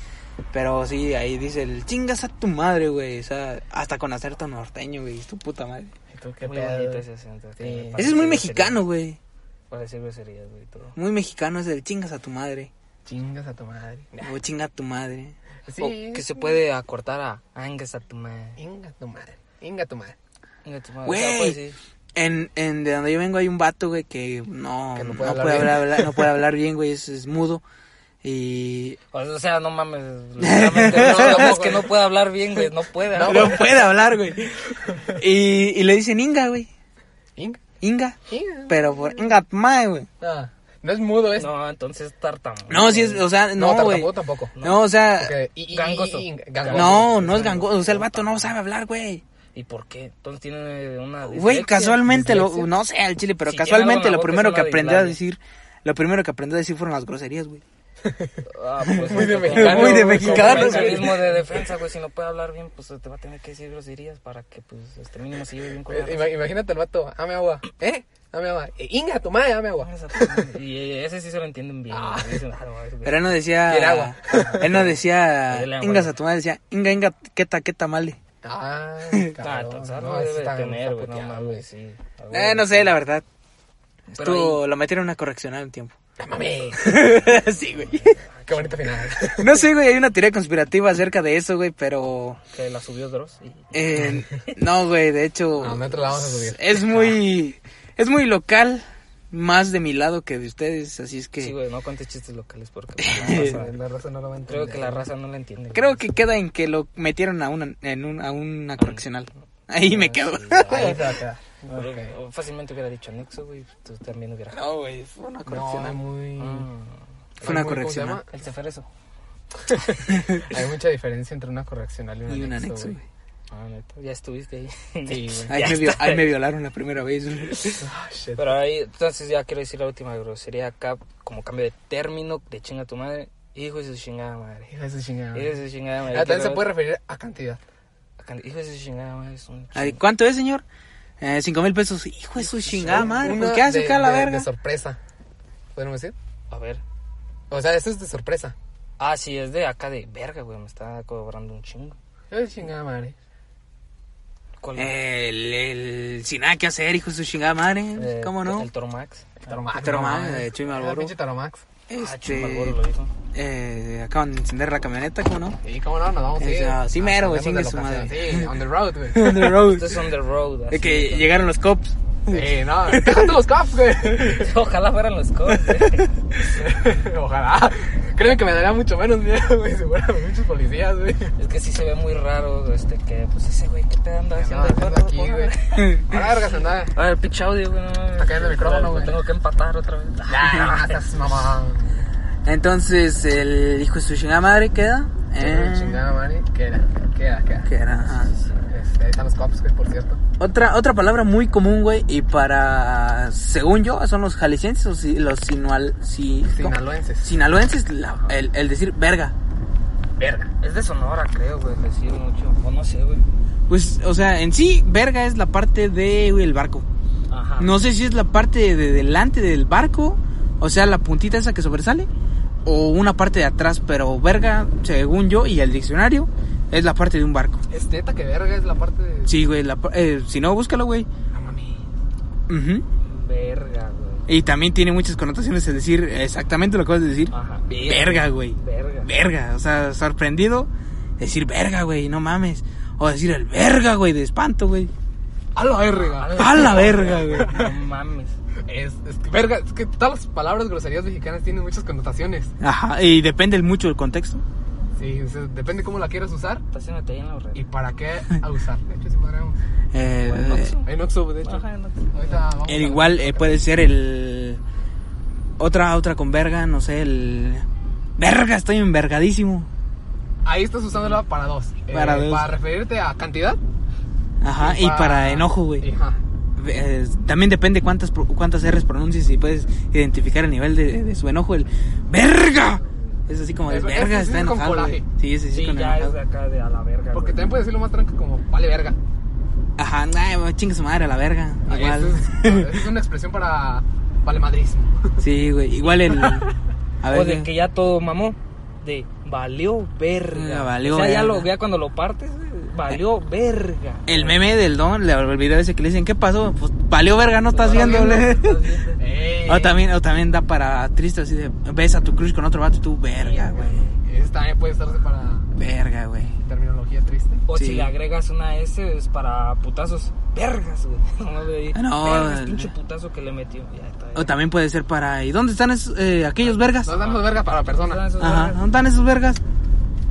C: Pero sí, ahí dice el chingas a tu madre, güey. O sea, hasta con acento norteño, güey. Es tu puta madre.
B: Y tú,
A: Qué
B: qué
A: muy
B: pedo.
A: bonito ese acento.
B: Sí.
A: que me
C: Ese es
A: parece
C: muy mexicano, güey.
A: Para decir groserías, güey, y todo.
C: Muy mexicano es el chingas a tu madre.
B: Chingas a tu madre.
C: O chinga tu madre.
B: Sí,
A: O Oh,
C: oh,
A: que se puede acortar a Angas a tu madre.
B: Inga tu madre. Inga tu madre.
A: Inga tu madre. O sea,
C: Güey.
A: pues, sí.
C: En, en de donde yo vengo hay un vato, güey, que no,
B: Que
C: no
B: no puede
C: puede,
B: hablar
C: hablar,
B: bien.
C: hablar- no puede hablar bien, güey, es, es mudo. Y
A: O sea, no mames. literalmente, No, no, es que no puede hablar bien, güey. No puede.
B: No,
A: güey.
C: no puede hablar, güey. Y, y le dicen Inga, güey.
B: Inga.
C: Inga.
B: Inga.
C: Pero por Inga, tu madre, güey.
B: No, no es mudo esto.
A: No, entonces tartamudo.
C: pues. No, si es, o sea, no,
B: tartamudo
C: güey.
B: tampoco.
C: No, o sea,
B: Porque- y- y-
A: Gangoso.
B: y- gangoso.
C: no, no es gangoso. O sea, el vato no sabe hablar, güey.
A: ¿Y por qué? Entonces tiene una.
C: Güey,
A: dislexia.
C: casualmente, lo,
B: dislexia.
C: no sé al chile, pero
A: Si tiene algo
C: casualmente
A: en la
C: lo
A: boca,
C: primero
A: es
C: que
A: una
C: aprendió a
A: dislexia.
C: decir, lo primero que aprendió a decir fueron las groserías, güey.
A: Ah, pues,
B: Muy de
A: como-
B: mexicano,
C: Muy de
B: güey, como
C: mexicanos,
A: Como
C: güey.
A: mecanismo de defensa, güey. Si no puede hablar bien, pues te va a tener que decir groserías para que, pues, este mínimo se lleve bien con la
B: Eh, ima- Imagínate el vato, dame agua. ¿Eh? Dame agua. Eh, Inga, tu madre, dame agua.
A: raza. Y eh, ese sí se lo entienden bien. güey. Dicen, "Ah, no, mames, güey".
C: Pero él no decía.
B: Quiere agua.
C: Él no decía.
A: Dele agua,
C: Ingas
A: güey.
C: a tu madre, decía. Inga, inga, queta, queta, male.
B: Ah,
A: Ah,
B: cabrón,
A: entonces
B: no,
A: algo
B: ese
A: debe
B: está-
A: de tener,
B: está
A: güey. No
B: puteado, güey.
A: mames, sí. Ah,
C: Eh,
A: güey.
C: no sé, la verdad.
A: Pero
C: Estuvo, lo metieron a una correccional un tiempo.
B: Ah, mami.
C: sí, güey.
B: Qué bonito final.
C: No sé, güey, hay una teoría conspirativa acerca de eso, güey, pero.
A: Que la subió Dross. y-
C: eh, no, güey, de hecho.
B: No, nosotros la vamos a subir.
C: Es muy. Es muy local, más de mi lado que de ustedes, así es que.
A: Sí, güey, no cuentes chistes locales porque pues,
B: La raza- la raza no lo va a
A: creo
B: entender.
A: que la raza no la entiende. güey.
C: Creo que queda en que lo metieron a una, en un, a una correccional. Ahí me quedo.
B: Ahí se va a quedar.
A: Pero,
B: Ok. Ah.
A: o Fácilmente hubiera dicho anexo, güey. Tú también hubieras.
C: No, güey, fue una
B: No, hay
C: correccional.
B: muy...
A: Mm.
C: Fue una
B: muy- ¿cómo se
C: correccional.
B: llama?
A: El ceferezo.
B: Hay mucha diferencia entre una correccional y un
C: Y un
B: anexo,
C: anexo,
B: güey.
C: güey.
A: Ah, neta, ya estuviste ahí.
B: Sí, güey.
C: Ahí,
A: Ya
C: me, vio-
A: está.
C: ahí me violaron la primera vez. güey.
B: Ah, shit.
A: Pero ahí, entonces ya quiero decir la última grosería acá, como cambio de término, de chinga tu madre, hijo de su chingada madre.
B: Hijo de su chingada.
A: Hijo
B: madre.
A: de su chingada
B: Ah,
A: madre.
B: También
A: Quiero-
B: se puede referir a cantidad.
A: acá, Hijo de su chingada madre es un
C: Ay, ¿Cuánto es, señor? Eh, cinco mil pesos. Hijo de su chingada madre.
B: Una
C: Pues, ¿Qué hace
B: de-
C: acá la
B: de-
C: verga?
B: De sorpresa. ¿Podemos decir?
A: A ver.
B: O sea, eso es de sorpresa.
A: Ah, sí, es de acá de verga, güey, me está cobrando un chingo.
B: Hijo de su chingada madre.
C: Ah,
A: ¿Cuál?
B: Eh,
C: El, el, sin nada que hacer, hijo de su chingada madre.
A: Eh,
C: ¿Cómo no?
A: El Toro Max.
B: Taromax.
C: Taromax,
B: no,
C: de Chuy
B: mames. Ah,
C: Malboro.
B: Pinche Taromax.
A: Ah, Chuy Malboro
C: Este,
A: lo dijo.
C: eh, acaban de encender la camioneta, ¿cómo no?
B: Sí, cómo no, nos vamos a ir.
C: Esa- sí, mero, güey,
B: Hablemos de
C: chingue su
B: locación.
C: madre.
B: Sí, on the road, güey.
C: On the road.
A: Esto es on the road.
C: De
A: así,
C: que
A: güey.
C: llegaron los cops.
B: Sí, no, te junto los cops, güey.
A: Ojalá fueran los cops, güey.
B: Ojalá. Créeme que me daría mucho menos miedo, güey, si fueran muchos policías, güey.
A: Es que sí se ve muy raro, este, que, pues, ese güey, ¿qué pedo anda
B: No,
A: haciendo ahí
B: haciendo
A: parado,
B: aquí,
A: joder?
B: güey. Ahora, vergas, andaba.
A: A ver, pinche audio, güey, no mames.
B: Está cayendo el micrófono,
A: Lo
B: güey.
A: Tengo que empatar otra vez.
B: Ya, estás mamá.
C: Entonces, el hijo de su chingada madre queda.
B: Eh,
C: Eh,
B: Chingada, madre. ¿Qué era? ¿Qué era? ¿Qué era?
C: que era, ajá.
B: Este, ahí están los cops, güey, por cierto.
C: Otra, otra palabra muy común, güey, y para, según yo, son los jaliscienses o si- los sinual, si, ¿cómo?
B: Sinaloenses.
C: sinaloenses, la- el, el decir verga.
B: Verga.
A: Es de Sonora, creo, güey, decir mucho. O no sé, güey.
C: Pues, o sea, en sí, verga es la parte de, güey, el barco.
A: Ajá.
C: No sé si es la parte de delante del barco, o sea, la puntita esa que sobresale, o una parte de atrás, pero verga, según yo y el diccionario, es la parte de un barco.
B: Es Este, neta que verga es la parte de.
C: Sí, güey, la pa- eh, si no, búscalo, güey.
B: No mami.
C: Ujú.
A: Verga, güey.
C: Y también tiene muchas connotaciones, es decir, exactamente lo que acabas de decir.
A: Ajá.
C: Verga, güey.
A: Verga.
C: Verga, o sea, sorprendido, decir verga, güey, no mames. O decir el verga, güey, de espanto, güey.
B: A la verga.
C: A la verga, güey.
A: No mames.
B: Es, es que, verga, es que todas las palabras groserías mexicanas tienen muchas connotaciones.
C: Ajá, y depende mucho del contexto.
B: Sí, o sea, depende cómo la quieras usar
A: Está haciéndote ahí en la
B: y
A: red.
B: para qué a usar. De hecho, si podríamos.
C: Eh,
A: Bueno,
C: eh,
A: Oxxo.
B: En Oxxo, de hecho.
A: Ajá, no te-
B: Ahorita vamos
C: El
B: a-
C: igual eh, puede ser el. Otra, otra con verga, no sé, el. Verga, estoy envergadísimo.
B: Ahí estás usándola para dos. Eh,
C: Para dos.
B: Para referirte a cantidad.
C: Ajá, y para enojo, güey.
B: Ajá.
C: Eh, también depende cuántas, pro- cuántas R's pronuncias y puedes identificar el nivel de, de su enojo. El. ¡Verga! Es así como de
B: Eso-
C: verga,
B: eso sí
C: está
B: es con
C: enojado. güey.
B: coraje.
C: Sí, sí, sí,
A: Sí,
C: con
A: ya es
C: enojado.
A: de acá de a la verga.
B: Porque
A: güey.
B: también puedes decirlo más tranquilo como vale verga.
C: Ajá, nah, chinga su madre a la verga. Igual.
B: Eso es, eso es una expresión para valemadrismo.
C: Sí, güey. Igual el. A
A: O
C: ver.
A: de que ya todo mamó. De valió verga.
C: Ah, valió
A: o sea, ya
C: verga. Eh,
A: lo vea cuando lo partes, güey, valió verga.
C: El meme del don, le- el video ese que le dicen, ¿qué pasó? Pues valió verga, no estás
A: Valió
C: viéndole.
A: verga, estás viendo.
B: Eh,
A: Ey,
C: O también, o también da para triste, así de ves a tu crush con otro vato y tú, verga, güey.
B: Eso también puede estarse para
C: Verga, güey.
B: terminología triste.
A: O
C: sí.
A: si le agregas una S es para putazos. Vergas, güey. No, mames, ahí.
C: Ah, no,
A: Vergas,
C: el-
A: pinche putazo que le metió. Ya está.
C: O también puede ser para. ¿Y dónde están esos, eh, aquellos vergas?
B: Nos damos verga para la persona.
C: Ajá, ¿dónde están esos vergas?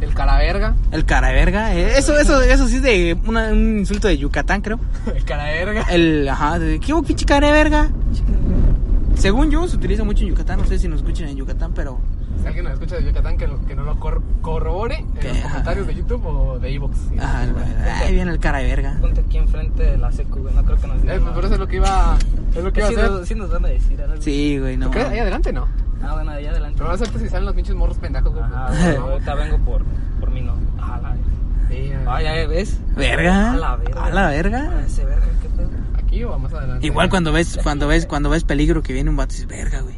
B: El calaverga.
C: El cara de verga. eh, eso, eso, eso sí es de una- un insulto de Yucatán, creo.
B: El calaverga.
C: El, ajá, de, ¿qué hubo, pinche cara de verga? Según yo, se utiliza mucho en Yucatán. No sé si nos escuchan en Yucatán, pero.
B: Si alguien nos escucha de Yucatán, que, lo- que no lo cor- corrobore
C: Que-
B: en los comentarios de YouTube o de Evox. Eh,
C: Ajá, el- ahí viene el cara de verga.
A: Ponte aquí enfrente de la secu, güey. No creo que nos digan. nada.
B: pues, pero eso es lo que iba, es lo que iba a
A: Eh, Sí,
B: hacer.
A: nos- sí nos van a decir algo.
C: Sí, güey, no.
B: ¿Qué? Ahí
C: mames.
B: adelante, ¿no?
A: Ah, bueno, allá adelante.
B: Pero más suerte si salen los pinches morros pendejos. güey.
A: Ajá, güey, ahorita vengo por, por mi no. A la
B: Sí, eh,
A: Ay, ay, ¿ves?
C: Verga.
B: Ah,
A: A la verga.
C: A la verga.
A: Ah, Ese verga, qué pedo.
B: ¿Aquí o más adelante?
C: Igual cuando ves, cuando ves, cuando ves peligro que viene un vato, dices, verga, güey.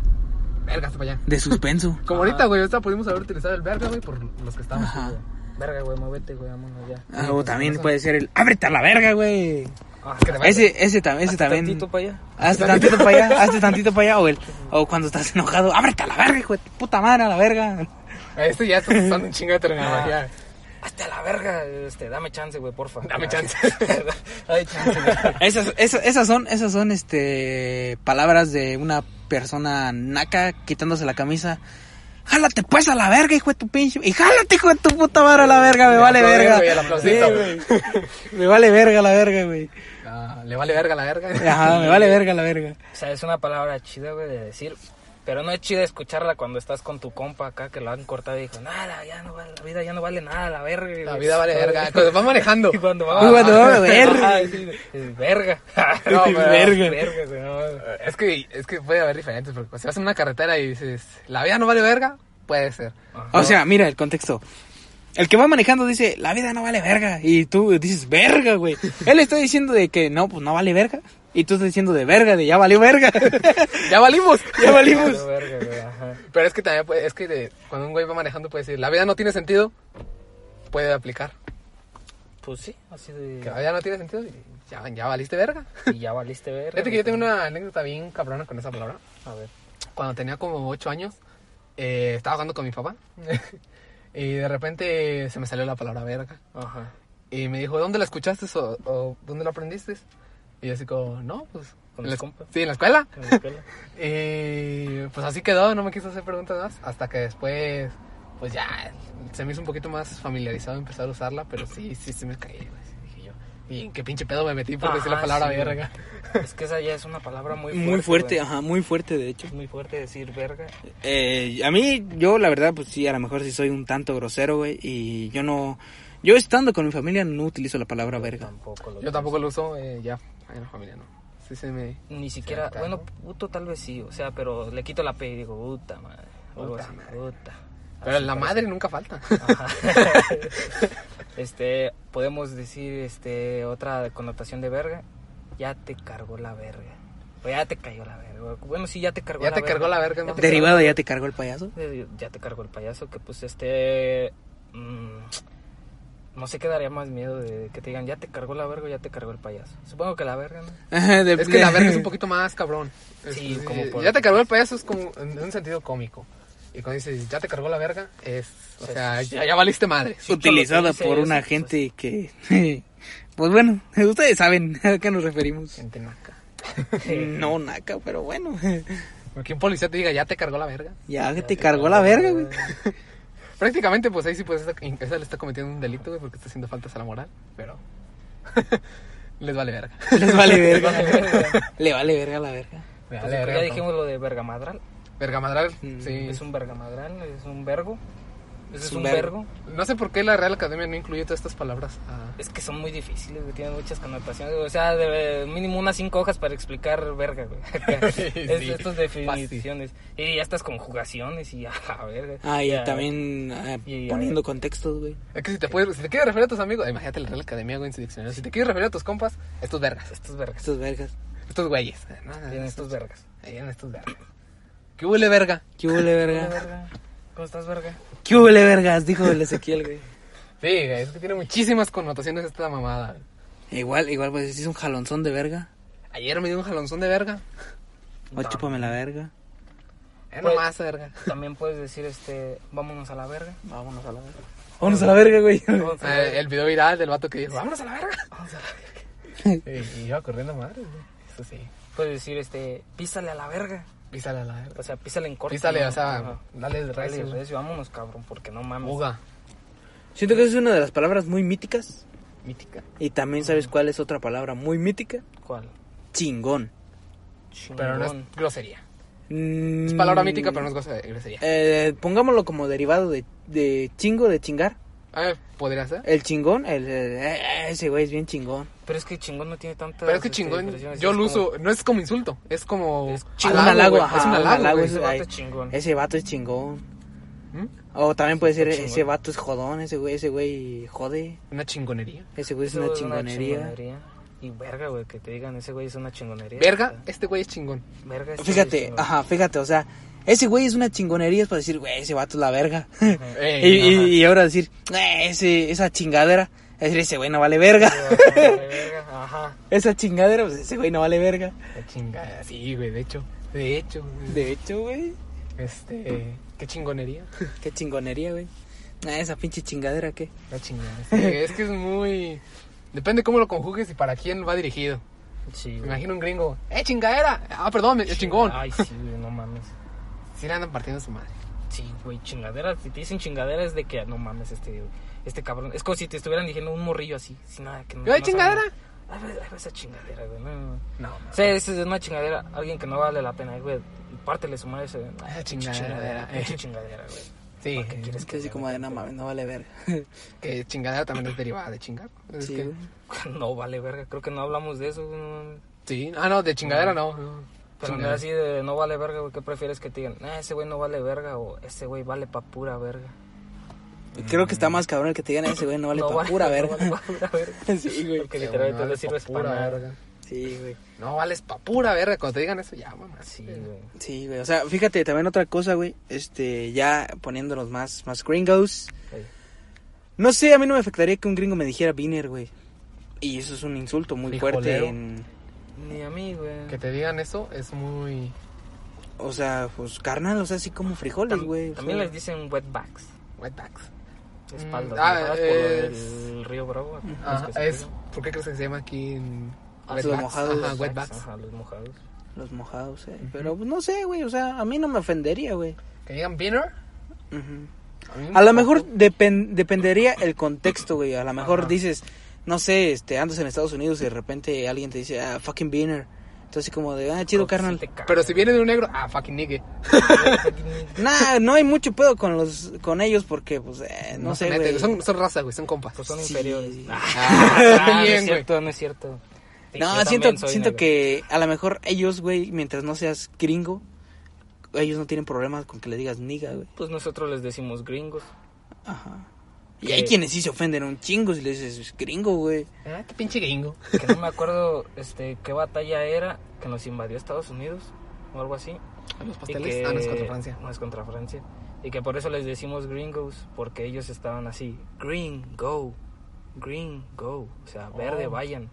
B: Verga, hasta para allá.
C: De suspenso.
B: Como ahorita, güey, ahorita pudimos haber utilizado el verga, güey, por los que estábamos.
C: Ajá.
A: Verga, güey, muévete, güey, vámonos ya.
C: Ah, o también puede ser el ábrete a la verga, güey.
A: Ah,
B: Que te vayas.
C: Ese, ese, tam- ese
A: hazte
C: también.
A: tantito pa' allá.
C: Hazte tantito para allá, hazte tantito para allá. O, el, o cuando estás enojado, ábrete a la verga, hijo de tu puta madre, a la verga.
B: Este ya está usando un chingo de
A: Ah,
B: terminología.
A: Hasta la verga, este, dame chance, güey, porfa.
B: Dame chance.
A: Ay, chance, güey.
C: Esas, esas, esas son, esas son este, palabras de una persona naca quitándose la camisa. Jálate pues a la verga, hijo de tu pinche. Y jálate, hijo de tu puta madre, a la verga, me
B: Le
C: vale
B: aplaudí,
C: verga.
B: güey, el aplausito.
C: Sí, güey. Me vale verga la verga, güey.
B: Ah, le vale verga la verga.
C: Ajá, me vale verga la verga.
A: O sea, es una palabra chida, güey, de decir. Pero no es chida escucharla cuando estás con tu compa acá que lo han cortado y dijo, nada, ya no vale, la vida ya no vale nada, la verga. güey".
B: La vida vale verga. Cuando vas manejando.
A: Y cuando va,
C: Uy, cuando va, verga.
A: Ajá, sí, es verga.
B: No, pero-
A: verga. Verga, güey, no, güey.
B: Es que, es que puede haber diferentes, porque si vas en una carretera y dices, la vida no vale verga, puede ser.
C: O sea, mira el contexto. El que va manejando dice, la vida no vale verga. Y tú dices, verga, güey. Él está diciendo de que no, pues no vale verga. Y tú estás diciendo de verga, de ya valió verga.
B: ¡Ya valimos!
C: ya
A: Vale,
C: valimos.
A: verga, güey, ajá.
B: Pero es que también, puede- es que de- cuando un güey va manejando puede decir, la vida no tiene sentido, puede aplicar.
A: Pues sí, así
B: Que la
A: de.
B: vida no tiene sentido, y ya, ya valiste verga.
A: Y ya valiste verga.
B: Fíjate que yo
A: güey.
B: tengo una anécdota bien cabrona con esa palabra.
A: A ver.
B: Cuando tenía como 8 años, eh, estaba jugando con mi papá. y de repente se me salió la palabra verga.
A: Ajá.
B: Y me dijo, ¿dónde la escuchaste o, o dónde la aprendiste? Y yo así como, no, pues...
A: Con tus
B: en la-
A: compas.
B: Sí, en la escuela.
A: en la escuela.
B: Y pues así quedó, no me quiso hacer preguntas más. Hasta que después, pues ya, se me hizo un poquito más familiarizado empezar a usarla, pero sí, sí, sí me caí. güey, sí, dije yo, ¿y en qué pinche pedo me metí por
A: Ajá,
B: decir la palabra
A: Ah, sí, güey.
B: verga?
A: Es que esa ya es una palabra muy fuerte.
C: Muy fuerte,
A: güey.
C: ajá, muy fuerte, de hecho.
A: Es muy fuerte decir verga.
C: Eh, a mí, yo la verdad, pues sí, a lo mejor sí soy un tanto grosero, güey. Y yo no... Yo estando con mi familia no utilizo la palabra verga.
A: Tampoco lo
B: Yo tampoco lo uso eh, ya en la familia, ¿no? Sí, se me...
A: Ni siquiera.
B: acá,
A: bueno,
B: ¿no?
A: puto tal vez sí. O sea, pero le quito la P y digo, puta madre. o algo
B: Puta
A: así,
B: madre.
A: puta. Así
B: Pero la
A: parece. Ah.
B: madre nunca falta.
A: Ajá. este, podemos decir este otra connotación de verga. Ya te cargó la verga. O ya te cayó la verga. Bueno, sí, ya te cargó
B: Ya
A: la
B: te
A: verga.
B: cargó la verga,
A: Ya
B: ¿no?
A: te
C: Derivado, ya te cargó el payaso.
A: Eh, Ya te cargó el payaso, que pues este... mm, no sé qué daría más miedo de que te digan, ya te cargó la verga o ya te cargó el payaso. Supongo que la verga, ¿no?
C: Ajá, de-
B: Es que la verga es un poquito más cabrón. Es-
A: Sí,
B: es-
A: como por-
B: Ya te cargó el payaso es como en en un sentido cómico. Y cuando dices, ya te cargó la verga, es... O
A: Sí,
B: sea, ya, ya valiste madre.
A: Solo que
C: utilizada
A: dice
C: por
A: eso,
C: una
A: pues.
C: gente que... Pues bueno, ustedes saben a qué nos referimos.
B: Gente naca.
A: Eh,
C: No, naca, pero bueno.
B: Porque un policía te diga, ya te cargó la verga.
C: Ya te cargó la verga, güey.
B: Prácticamente, pues ahí sí, pues esa, esa le está cometiendo un delito, güey, porque está haciendo faltas a la moral. Pero... Les vale verga.
C: Les vale verga.
A: verga.
C: Le vale verga la verga.
B: Les
A: Pues,
B: vale verga.
A: ya dijimos lo de verga madral.
B: Verga madral, sí.
A: Es un verga madral, es un vergo. Ese
C: Es
A: es
C: un
A: un
C: vergo.
A: vergo.
B: No sé por qué la Real Academia no incluyó todas estas palabras. ah,
A: Es que son muy difíciles, güey, tienen muchas connotaciones. güey. O sea, de- eh, mínimo unas cinco hojas para explicar verga, güey. Es-
B: Sí,
A: Estas definiciones. Y ya estas conjugaciones y a la verga.
C: Ah, y
A: Ya,
C: también ah,
A: Y-
C: poniendo contextos, güey.
B: Es que si te, puedes, si te quieres referir a tus amigos, imagínate la Real Academia, güey, en su diccionario. Si te quieres referir a tus compas, estos vergas,
A: Estos vergas.
C: Estas vergas.
B: estos güeyes. eh, No, no, no,
C: Ah,
A: Tienen
B: estos-
A: estos vergas.
B: ahí vienen estos vergas. ¿Qué huele verga?
C: ¿Qué huele
A: Hola,
C: verga?
A: verga. ¿Cómo estás, verga?
C: ¿Qué huele vergas? Dijo el Ezequiel, güey.
B: Sí, güey, es que tiene muchísimas connotaciones esta mamada. güey.
C: Igual, igual, pues es un jalonzón de verga.
B: Ayer me dio un jalonzón de verga.
C: O chúpame la verga.
B: Es
A: Pues-
B: nomás, verga.
A: También puedes decir, este, vámonos a la verga.
C: Vámonos a la verga. Vámonos a la verga, güey.
A: Vámonos a la
B: Eh,
A: verga.
B: el video viral del vato que dijo, vámonos a la verga.
A: Vamos a la verga.
B: Y, y iba corriendo madre, güey. Eso sí.
A: Puedes decir, este, písale a la verga.
B: Písale a la verga.
A: O sea, písale en corto.
B: Písale,
A: ¿no?
B: o sea,
A: Ajá.
B: dale el
A: Dale,
B: recio. güey.
A: recio, vámonos, cabrón, porque no mames.
B: Uga.
C: Siento que esa es una de las palabras muy míticas.
B: Mítica.
C: Y también sabes cuál es otra palabra muy mítica.
A: ¿Cuál?
C: Chingón.
B: Pero no
A: Chingón.
B: es grosería.
C: Es
B: Es palabra mítica, pero no es grose- grosería.
C: Mm, Eh, pongámoslo como derivado de, de chingo, de chingar.
B: A ver, podría ser.
C: El chingón, el, eh, ese güey es bien chingón. Ah,
A: Pero es que chingón no tiene este, tanta.
B: Pero es que chingón, yo lo uso, no es como insulto, es como
A: Es
C: un
B: halago,
C: halago,
B: güey,
C: ajá,
B: es un
C: un
B: halago,
C: halago,
B: güey.
C: es-
A: Ese
C: Ay.
A: vato es chingón.
C: Ese vato es chingón.
B: ¿Mm?
C: O también puede ser,
A: Está chingón.
C: ese vato es jodón, ese güey, ese güey jode.
B: Una chingonería.
C: Ese güey es
A: Ese
C: una
A: güey
C: chingonería.
A: Y verga, güey, que te digan, ese güey es una chingonería.
B: Verga, este güey es chingón.
A: Verga. este güey es
C: Fíjate,
A: chingón.
C: ajá, fíjate, o sea, ese güey es una chingonería, es para decir, güey, ese vato es la verga.
B: Eh,
C: y, y-
B: ajá.
C: y ahora decir, "Eh, ese, esa chingadera, es decir, ese güey no vale verga.
A: Ese vato vale verga, Ajá.
C: esa chingadera, pues ese güey no vale verga.
B: La chingada, sí, güey, de hecho, de hecho, güey.
C: De hecho, güey,
B: este, qué chingonería.
C: qué chingonería, güey. Ah, esa pinche chingadera, ¿qué?
B: La chingada. sí, güey, es que es muy depende cómo lo conjugues y para quién va dirigido.
A: Sí,
B: Me
A: güey.
B: imagino un gringo, eh, chingadera. Ah, perdón, es chingón.
A: Ay, sí, güey, no mames.
B: Sí le andan partiendo su madre.
A: Sí, güey, chingadera. Si te dicen chingadera es de que, no mames, este, este cabrón. Es como si te estuvieran diciendo un morrillo así, sin nada. que no,
B: ¿Qué
A: no
B: chingadera?
A: sabe. Ay, güey, ay, güey, esa chingadera, güey. No, no.
B: No,
A: O sea, esa es una chingadera. Alguien que no vale la pena, güey. Pártele su madre ese.
B: Ah,
A: pinche
B: chingadera, eh.
A: pinche chingadera, güey.
B: sí,
A: ¿Para qué quieres
C: Es que así
A: te
C: como de,
A: haga?
C: no mames, no vale verga.
B: que chingadera también es derivada de chingar. Es
C: Sí,
B: que-
C: güey.
A: No vale, verga. Creo que no hablamos de eso, güey. no mames.
B: sí. Ah, no, de chingadera no. no.
A: Pero no
B: Chingadera.
A: así de no vale verga, güey. ¿Qué prefieres que te digan? "Ah, ese güey no vale verga o ese güey vale pa' pura verga.
C: Creo que está más cabrón el que te digan ese güey, no vale
A: No
C: pa' pura
A: no
C: verga.
A: vale pa' pura verga.
C: sí, güey.
A: Porque
B: Sí,
A: literalmente
B: güey,
A: no
B: vales
A: sirves
B: pa'
A: para
B: pura
A: nada.
B: verga.
C: Sí, güey.
B: No vales pa' pura verga. Cuando te digan eso, ya, mamá.
A: Sí, güey.
C: Sí, güey. O sea, fíjate, también otra cosa, güey. Este, ya poniéndonos más, más gringos.
A: Ey.
C: No sé, a mí no me afectaría que un gringo me dijera Biner, güey. Y eso es un insulto muy
B: Frijolero.
C: fuerte. en-
A: Ni a mí, güey.
B: Que te digan eso es muy.
C: o sea, pues carnal, o sea, así como frijoles,
A: Tam-
C: güey. o
A: También
C: sea.
A: les dicen wetbacks.
B: Wetbacks.
A: Espaldas.
B: ah,
A: mojadas
B: es-
A: por el río Bravo. acá,
B: Ah,
A: los que se
B: es.
A: pegan.
B: ¿Por qué crees que se llama aquí en.
C: Ah, los mojados.
B: Ajá, wetbacks.
A: Ajá, los mojados.
C: Los mojados, eh.
B: Ujú.
C: Pero pues, no sé, güey. O sea, a mí no me ofendería, güey.
B: Que digan beaner.
C: Ujú.
B: mí
C: A lo
B: tampoco.
C: mejor depen- dependería el contexto, güey. A lo mejor
A: Ajá.
C: dices, no sé, este, andas en Estados Unidos y de repente alguien te dice, ah, fucking beaner. Entonces, como de, ah,
A: Creo
C: chido,
A: que sí
C: carnal.
A: te cagas,
B: Pero si viene de un negro, ah, fucking nigga.
A: güey.
C: Nah, no hay mucho pedo con los con ellos porque, pues, eh, no,
B: se
C: sé,
B: meten,
C: güey.
B: Son, son raza, güey, son compas.
A: Pues son
C: Sí.
A: inferiores.
B: Ah,
A: Ah, no
B: bien,
A: es
B: güey.
A: cierto, no es cierto. Sí,
C: No,
A: yo
C: siento,
A: también soy
C: siento
A: negro.
C: que a lo mejor ellos, güey, mientras no seas gringo, ellos no tienen problemas con que le digas niga, güey.
A: Pues nosotros les decimos gringos.
C: Ajá. Y
A: Que-
C: hay quienes sí se ofenden un chingo si le dices gringo, güey.
B: Ah, qué pinche gringo.
A: Que no me acuerdo este, qué batalla era que nos invadió Estados Unidos o algo así.
B: A los
A: y
B: pasteles.
A: que-
B: Ah, no es contra Francia.
A: No es contra Francia. Y que por eso les decimos gringos, porque ellos estaban así. Green, go. Green, go. O sea, verde,
B: Oh.
A: vayan.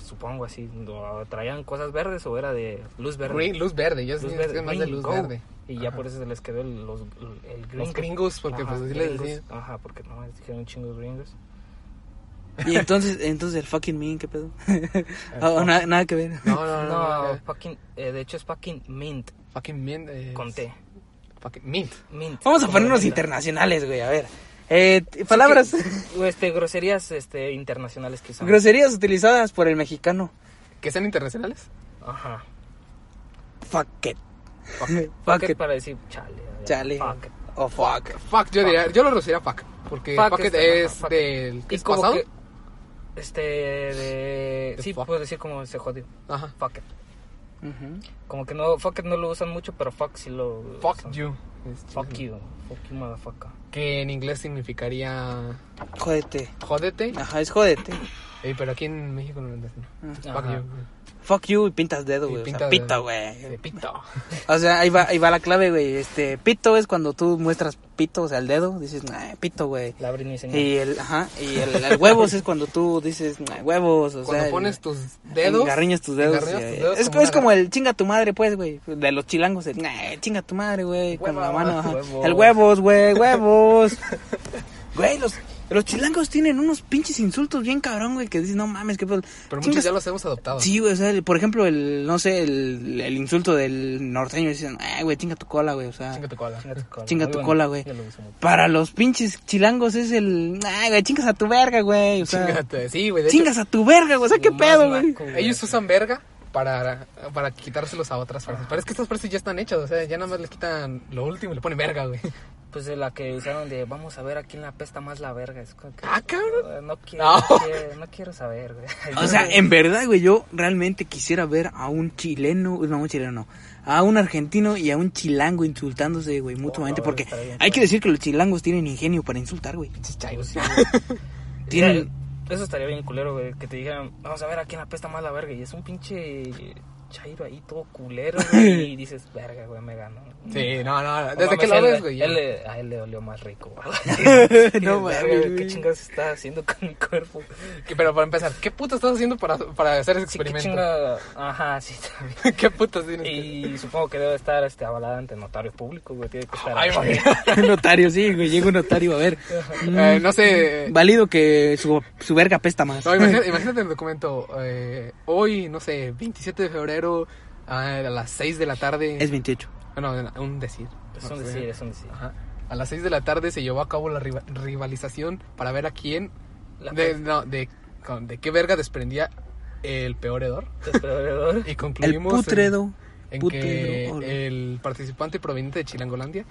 A: Supongo así. o traían cosas verdes o era de luz verde.
B: Green, luz verde. Yo
A: Luz
B: sí, es
A: verde,
B: que es más de
A: green,
B: luz
A: go.
B: verde.
A: Y ya
B: Ajá.
A: por eso se les quedó el, los, el gringo.
B: Los gringos, porque
A: Ajá,
B: pues así les
A: gringos.
B: decían.
A: Ajá, porque no, les dijeron chingos gringos.
C: Y entonces, entonces el fucking mean, ¿qué pedo? Oh, nada, nada que ver.
B: No, no, no.
A: No,
B: no,
A: fucking, eh, de hecho es fucking mint,
B: Fucking mint. eh,
A: con T.
B: Fucking mint.
A: Mint.
C: Vamos a
A: Como
C: ponernos
A: menta.
C: internacionales, güey, a ver. Eh, t- palabras,
A: O, Este, groserías este, internacionales que usamos.
C: groserías utilizadas por el mexicano.
B: ¿Que sean internacionales?
A: Ajá.
C: Fuck it.
B: Fuck
A: Fuck
C: Fuck
A: it
C: it.
A: para decir chale.
C: Chale.
A: Fuck it.
C: Oh, fuck.
B: Fuck, yo diría, yo lo reduciría a fuck. Porque
A: Fuck
B: fuck, es,
A: está, ajá, fuck.
B: del
A: Y
B: es
A: como
B: pasado.
A: que, este, de...
B: The
A: Sí,
B: fuck.
A: puedo decir como se jodió.
B: Ajá.
A: Fuck it.
C: Ujú.
A: Como que no, fuck it no lo usan mucho, pero fuck sí lo
B: Fuck
A: usan.
B: you. Este,
A: Fuck you. Fuck you, motherfucker.
B: Que en inglés significaría
C: Jódete.
B: jódete.
C: Ajá, es jódete.
B: Eh, pero aquí en México no lo entienden.
C: Ajá.
B: Fuck you.
C: fuck you y pintas dedo,
B: Y
C: güey. O
B: pintas
C: sea, Mm. pito,
B: dedo.
C: güey.
B: De pito.
C: O sea, ahí va, ahí va la clave, güey. Este, pito es cuando tú muestras pito, o sea, el dedo, dices, nah, pito, güey.
A: La abrí mi señal.
C: Y el, ajá, y el, el huevos es cuando tú dices, nah, huevos, o
B: Cuando
C: sea.
B: pones
C: el-
B: tus dedos.
C: engarriñas tus dedos.
B: engarriñas
C: sí, eh.
B: tus dedos
C: es es
B: como
C: como,
B: una garra-
C: el chinga tu madre, pues, güey. De los chilangos, el, nah, chinga tu madre, güey. Con la
B: Huevos,
C: mano, ajá.
A: huevos.
C: El huevos, güey, huevos. Güey, los, los chilangos tienen unos pinches insultos bien cabrón, güey, que dices, no mames, qué pedo.
B: Pero
C: Chingas
B: muchos ya los hemos adoptado.
C: Sí, güey, o sea, el- por ejemplo, el, no sé, el, el insulto del norteño, dicen, ay, güey, chinga tu cola, güey, o sea,
B: Chinga tu cola.
A: Chinga tu cola.
C: Chinga
A: Muy
C: tu
A: bueno.
C: cola, güey.
A: Yo lo uso mucho.
C: para los pinches chilangos es el, ay, güey, chingas a tu verga, güey, o sea,
B: Chingate. Sí, güey. de hecho,
C: chingas a tu verga, güey, o sea, qué
A: Lo más
C: pedo, güey.
A: naco,
B: Ellos usan verga para, para quitárselos a otras frases. Pero es que estas frases ya están hechas. O sea, ya nada más les quitan lo último y le ponen verga, güey.
A: Pues de la que usaron de vamos a ver a quién la apesta más la verga. Es como que,
B: Ah, cabrón.
A: eh, no, quiero,
B: No.
A: no quiero, no quiero saber, güey.
C: O sea, en verdad, güey, yo realmente quisiera ver a un chileno, no, un chileno, no, a un argentino y a un chilango insultándose, güey, mutuamente,
A: no,
C: porque
A: está bien,
C: hay
A: está
C: que decir que los chilangos tienen ingenio para insultar, güey.
B: Chichairos.
C: Tienen...
A: Ya, Eso estaría bien culero, güey, que te dijeran, vamos a ver a quién la apesta más la verga. Y es un pinche chairo ahí todo culero, güey. Y dices, verga, güey, me ganó.
B: Sí, no, no.
A: No
B: Desde
A: mames,
B: que lo
A: él-
B: ves, güey. ya.
A: él le- A él le olió más rico, güey.
C: No
A: Verga,
C: mames,
A: ¿Qué
C: güey.
A: chingados está haciendo con mi cuerpo?
B: Que- Pero para empezar, ¿qué puto estás haciendo para, para hacer ese
A: Sí, qué
B: experimento?
A: chinga. Ajá, sí, también.
B: ¿Qué, putas tienes? que-
A: Y supongo que debe estar este, avalada ante notario público, güey. Tiene que estar.
B: Ay,
A: ahí.
B: güey.
C: notario, sí, güey, llega un notario, a ver.
B: Eh, no
A: Mm.
B: sé.
C: Válido que su, su verga pesta más.
B: No, imagínate, imagínate el documento. eh, hoy, no sé, 27 de febrero a las 6 de la tarde.
C: Es 28.
B: Bueno, un decir.
A: Es un decir, es un decir.
B: Ajá. A las 6 de la tarde se llevó a cabo la riva- rivalización para ver a quién.
A: La
B: de, no, de, con- de qué verga desprendía el peor hedor.
A: Desprendedor.
B: Y
C: El
B: concluimos. en-
C: putredo.
B: En, que eh,
C: putredo. olor.
B: el participante proveniente de Chilangolandia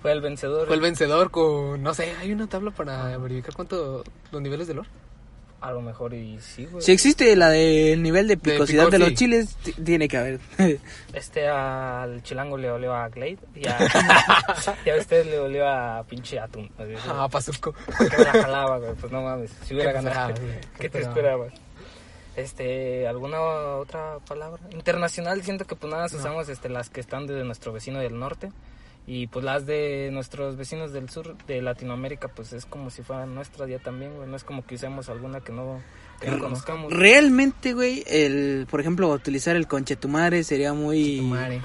A: Fue el vencedor.
B: fue el vencedor con. No sé, hay una tabla para verificar cuánto. Los niveles de olor.
A: A lo mejor y sí, güey.
C: Si existe la del nivel de picosidad de,
B: picor,
C: los
B: sí.
C: chiles, t- tiene que haber.
A: Este al chilango le olió a Glade. Y a, y a usted le olió a pinche atún. Así es,
B: Ah, Pazuco.
A: güey. Que me la jalaba, güey. Pues no mames. Si hubiera
B: ¿Qué te
A: ganado.
B: esperabas, güey?
A: ¿Qué
B: ¿Qué
A: te
B: te
A: esperabas? Este, ¿alguna otra palabra? Internacional, siento que pues nada, más usamos este, las que están de nuestro vecino del norte y pues las de nuestros vecinos del sur de Latinoamérica, pues es como si fuera nuestra ya también, güey, no es como que usemos alguna que no, que no conozcamos.
C: Realmente, güey, el, por ejemplo, utilizar el conchetumare sería muy,
B: Madre.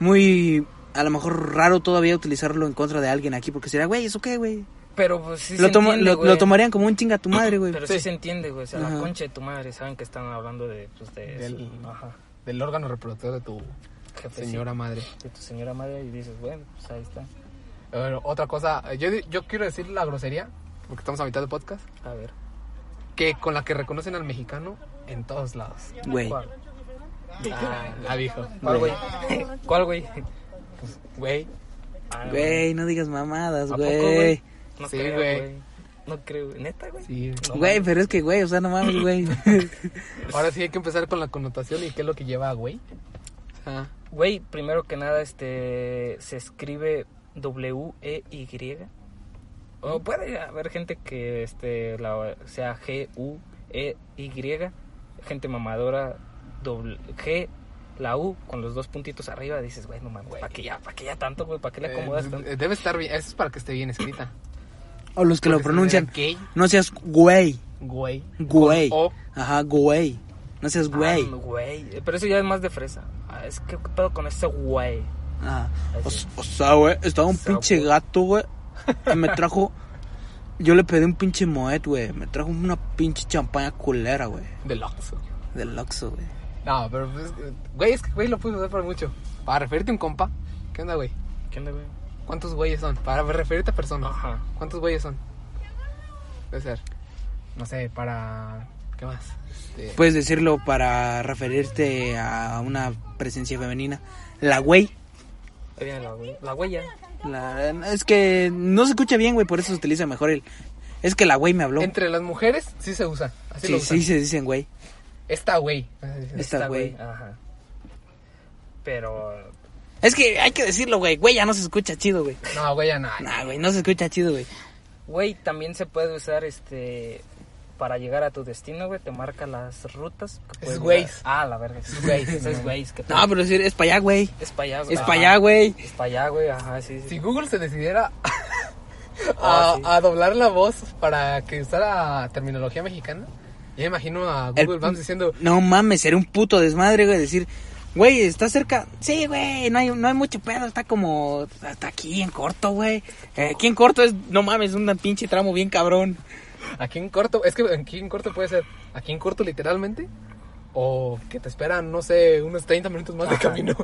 C: muy, a lo mejor raro todavía utilizarlo en contra de alguien aquí, porque sería, güey, ¿eso qué, güey?
A: Pero pues sí
C: lo,
A: se
C: toma-
A: entiende,
C: lo,
A: güey.
C: lo tomarían como un chinga tu madre, güey.
A: Pero sí. se entiende, güey, o sea,
C: Ajá.
A: la concha de tu madre, saben que están hablando de, pues, de
B: Del-
A: su- ajá,
B: Del órgano reproductor de tu
A: jefecito,
B: señora madre.
A: de tu señora madre y dices, bueno, pues ahí está,
B: Bueno, otra cosa, yo, di- yo quiero decir la grosería, porque estamos a mitad de podcast,
A: a ver.
B: que con la que reconocen al mexicano en todos lados.
C: Güey.
A: ¿Cuál?
B: Ah, la dijo.
A: ¿Cuál, güey? ¿Cuál, güey?
B: Güey,
A: Ah,
C: Güey, no digas mamadas,
A: ¿A poco,
C: güey.
A: No
B: Sí,
A: creo,
B: güey.
A: güey. No creo, güey. ¿Neta, güey?
B: sí.
A: No
C: Güey,
A: mames.
C: pero es que, güey, o sea, no mames, güey.
B: Ahora sí hay que empezar con la connotación y qué es lo que lleva a güey. Eh, O
A: Ah,
B: sea,
A: Güey, primero que nada, este... Se escribe W-E-Y. O puede haber gente que, este, la, sea G-U-E-Y. Gente mamadora, doble, G... La U con los dos puntitos arriba, dices, güey, no mames, ¿para qué ya, para qué ya tanto, güey? ¿Para qué le acomodas tanto?
B: eh, debe estar bien, eso es para que esté bien escrita.
C: O los que lo
B: Porque si
C: pronuncian,
B: fuera Gay,
C: no seas güey,
B: güey.
C: güey.
B: Con O.
C: Ajá, güey. No seas güey.
A: Ah, güey. Pero eso ya es más de fresa. Ah, Es que, ¿qué pedo con ese güey?
C: Ajá. Ah, O,
A: Así.
C: o sea, güey, estaba un
A: O sea,
C: pinche
A: güey.
C: gato, güey, que me trajo... Yo le pedí un pinche moet, güey. Me trajo una pinche champaña culera, güey.
B: Del Oxxo.
C: Del Oxxo, güey.
B: No, pero pues, eh, güey, es que güey lo puedes usar para mucho. Para referirte a un compa, ¿qué onda, güey?
A: ¿Qué onda, güey?
B: ¿Cuántos güeyes son? Para referirte a personas.
A: Ajá.
B: ¿Cuántos güeyes son? Debe ser. No sé, para. ¿Qué más? Este,
C: Puedes decirlo para referirte a una presencia femenina. La güey.
A: Ahí viene la, güey- la huella.
C: La- es que no se escucha bien, güey, por eso se utiliza mejor el... Es que la güey me habló.
B: Entre las mujeres sí se usa. Así lo
C: Sí,
B: usan.
C: sí, se dicen güey.
B: Esta güey.
C: Esta güey.
A: Ajá. Pero.
C: Es que hay que decirlo, güey. Güey, ya no se escucha chido, güey.
B: No, güey, ya no.
C: Nah, güey, no se escucha chido, güey.
A: Güey, también se puede usar este. para llegar a tu destino, güey, te marca las rutas. que
B: Es
A: puedes
B: Waze.
A: llegar. Ah, la verga, es Waze, ese es Waze. Que te-
C: No, pero es, es para allá, güey.
A: Es para allá,
C: Es
A: ajá.
C: para allá, güey.
A: Es para allá, güey, ajá, sí, sí.
B: Si Google se decidiera a,
A: Ah, sí.
B: a doblar la voz para que usara terminología mexicana, yo imagino a Google
C: El-
B: Maps diciendo,
C: No mames, sería un puto desmadre, güey, decir, güey, está cerca. Sí, güey, no hay, no hay mucho pedo, está como, está aquí en corto, güey. Eh, aquí en corto es, no mames, un pinche tramo bien cabrón.
B: aquí en corto, es que aquí en corto puede ser, aquí en corto literalmente, o que te esperan, no sé, unos 30 minutos más de camino.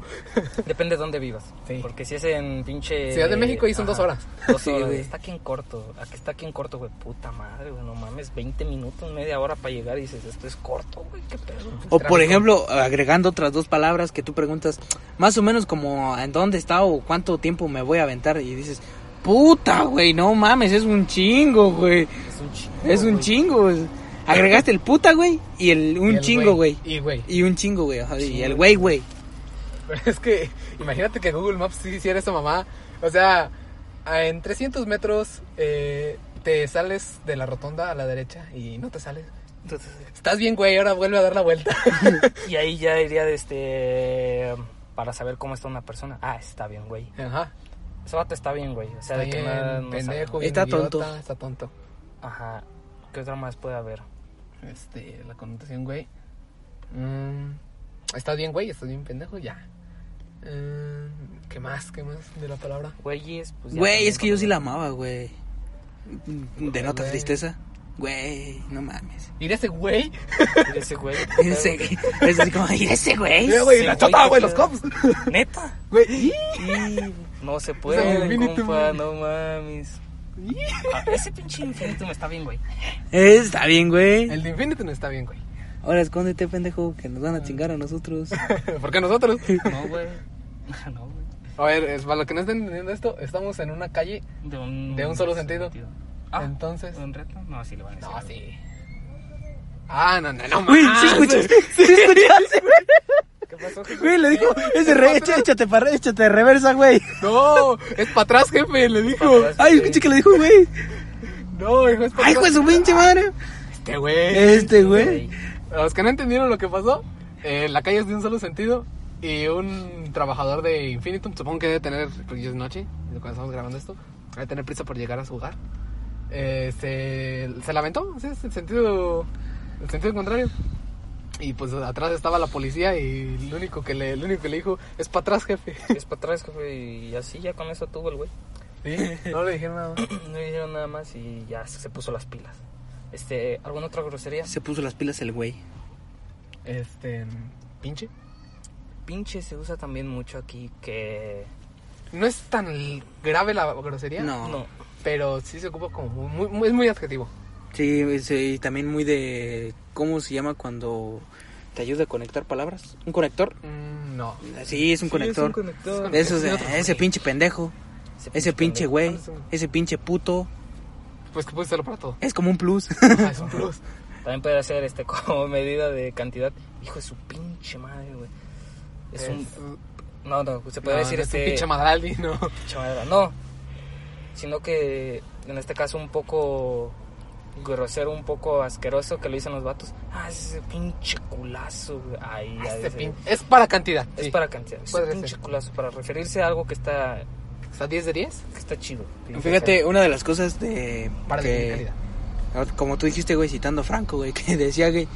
A: Depende de dónde vivas.
B: Sí.
A: Porque si es en pinche.
B: Ciudad de México ahí son
A: Ajá,
B: dos horas.
A: Dos
C: Sí,
A: horas.
C: güey.
A: está aquí en corto. Aquí está aquí en corto, güey. Puta madre, güey. No mames, 20 minutos, media hora para llegar y dices, esto es corto, güey. Qué pedo.
C: O por
B: Tráfico.
C: ejemplo, agregando otras dos palabras que tú preguntas, más o menos como en dónde está o cuánto tiempo me voy a aventar y dices, puta, güey, no mames, es un chingo, güey.
A: Es un chingo.
C: Es un
A: güey.
C: chingo. güey. Agregaste el puta, güey, y el un
B: Y el
C: chingo, güey.
B: Y güey.
C: Y un chingo, güey. ajá, Y
A: Chingo,
C: el güey, güey.
B: Pero es que imagínate que Google Maps sí hiciera esa mamá. O sea, a- en 300 metros eh, te sales de la rotonda a la derecha y no te sales.
A: Entonces,
B: Estás bien, güey, ahora vuelve a dar la vuelta.
A: Y ahí ya iría de este. Para saber cómo está una persona. Ah, está bien, güey.
B: Ajá.
A: Ese vato está bien, güey. O sea,
B: Está
A: de que nada.
B: bien,
A: no
B: pendejo,
A: sabe.
B: bien
C: Está
B: idiota,
C: tonto.
B: Está tonto.
A: Ajá. ¿Qué otra más puede haber?
B: Este, la connotación, güey. Mm, estás bien, güey, estás bien, pendejo, ya. Mm, ¿Qué más? ¿Qué más de la palabra?
A: Güeyes, pues. ya
C: Güey,
A: también
C: es que yo sí
A: como-
C: la amaba, güey. Denota
B: Güey.
C: tristeza. Güey, no mames.
B: Ir ese güey.
A: Mira Ese güey.
C: Ese, es así como, "Mira ese güey.
B: Mira, güey,
A: ese
B: la
A: güey
B: chota,
A: que
B: güey,
A: te-
B: los cops.
A: Neta.
B: Güey.
A: No se
B: Ese
A: puede,
B: Infinitum.
A: compa, no mames. Ah, ese pinche infinitum está bien, güey.
C: Eh, Está bien, güey.
B: El de Infinity no está bien, güey.
C: Ahora escóndete, pendejo, que nos van a chingar a nosotros.
B: Porque nosotros.
A: No, güey. No, güey.
B: A ver, es, para los que no estén entendiendo esto, estamos en una calle.
A: De un,
B: De un solo sentido.
A: Ah,
B: Entonces-
A: ¿Un reto? No, sí le van a decir.
B: No,
A: algo.
B: sí. Ah, no, no, no.
C: Güey,
B: más.
C: sí escuchaste, sí escuchaste.
A: ¿Qué pasó?
C: Güey, le dijo, ese re, echa- échate para échate de reversa, güey.
B: No, es para atrás, jefe, le dijo.
A: Pa' atrás.
C: Ay, escuché que le dijo, güey.
B: No, hijo, es para atrás.
C: Ay, hijo de su pinche madre.
B: Este güey.
C: Este, güey.
B: A los que no entendieron lo que pasó, eh, la calle es de un solo sentido. Y un trabajador de Infinitum, supongo que debe tener, porque ya es noche, cuando estamos grabando esto, debe tener prisa por llegar a su hogar. Eh, se, se lamentó, ese es el sentido, el sentido contrario. Y pues atrás estaba la policía y lo único que le, lo único que le dijo es para atrás, jefe.
A: Es para atrás, güey. Y así ya con eso tuvo el güey.
B: Sí, no le dijeron nada. más.
A: No hicieron nada más y ya se se puso las pilas. Este, ¿alguna otra grosería?
C: Se puso las pilas el güey.
B: Este, pinche.
A: Pinche se usa también mucho aquí que...
B: No es tan l- grave la grosería,
C: No.
A: No,
B: pero sí se ocupa como muy, muy- es muy adjetivo.
C: Sí, es, eh, y también muy de. ¿Cómo se llama cuando te ayuda a conectar palabras? ¿Un conector?
B: Mm, no.
C: Sí, es un conector. De esos,
B: Es
C: eh,
B: otro,
C: ese pinche pendejo. Ese pinche güey.
B: pendejo.
C: Ese pinche puto.
B: Pues que puedes hacerlo para todo.
C: Es como un plus.
B: Ah, es un plus.
A: También puede ser este como medida de cantidad. Hijo de su pinche madre, güey. Es, un... No, no, se puede
B: no,
A: decir
B: no es
A: este...
B: un pinche madral y no.
A: pinche madera. No, sino que en este caso un poco grosero, un poco asqueroso que lo dicen los vatos. Ah, ese pinche culazo, güey. Ay, ay,
B: Este
A: ese-
B: pin- Es para cantidad.
A: Es
B: sí.
A: para cantidad. Es
B: Puede
A: un pinche
B: ser.
A: culazo para referirse a algo que está,
B: O sea, 10 de 10.
A: que está chido.
C: Fíjate, una de las cosas de.
B: Para
C: que-
B: definir calidad.
C: Ah, Como tú dijiste, güey, citando a Franco, güey, que decía, güey,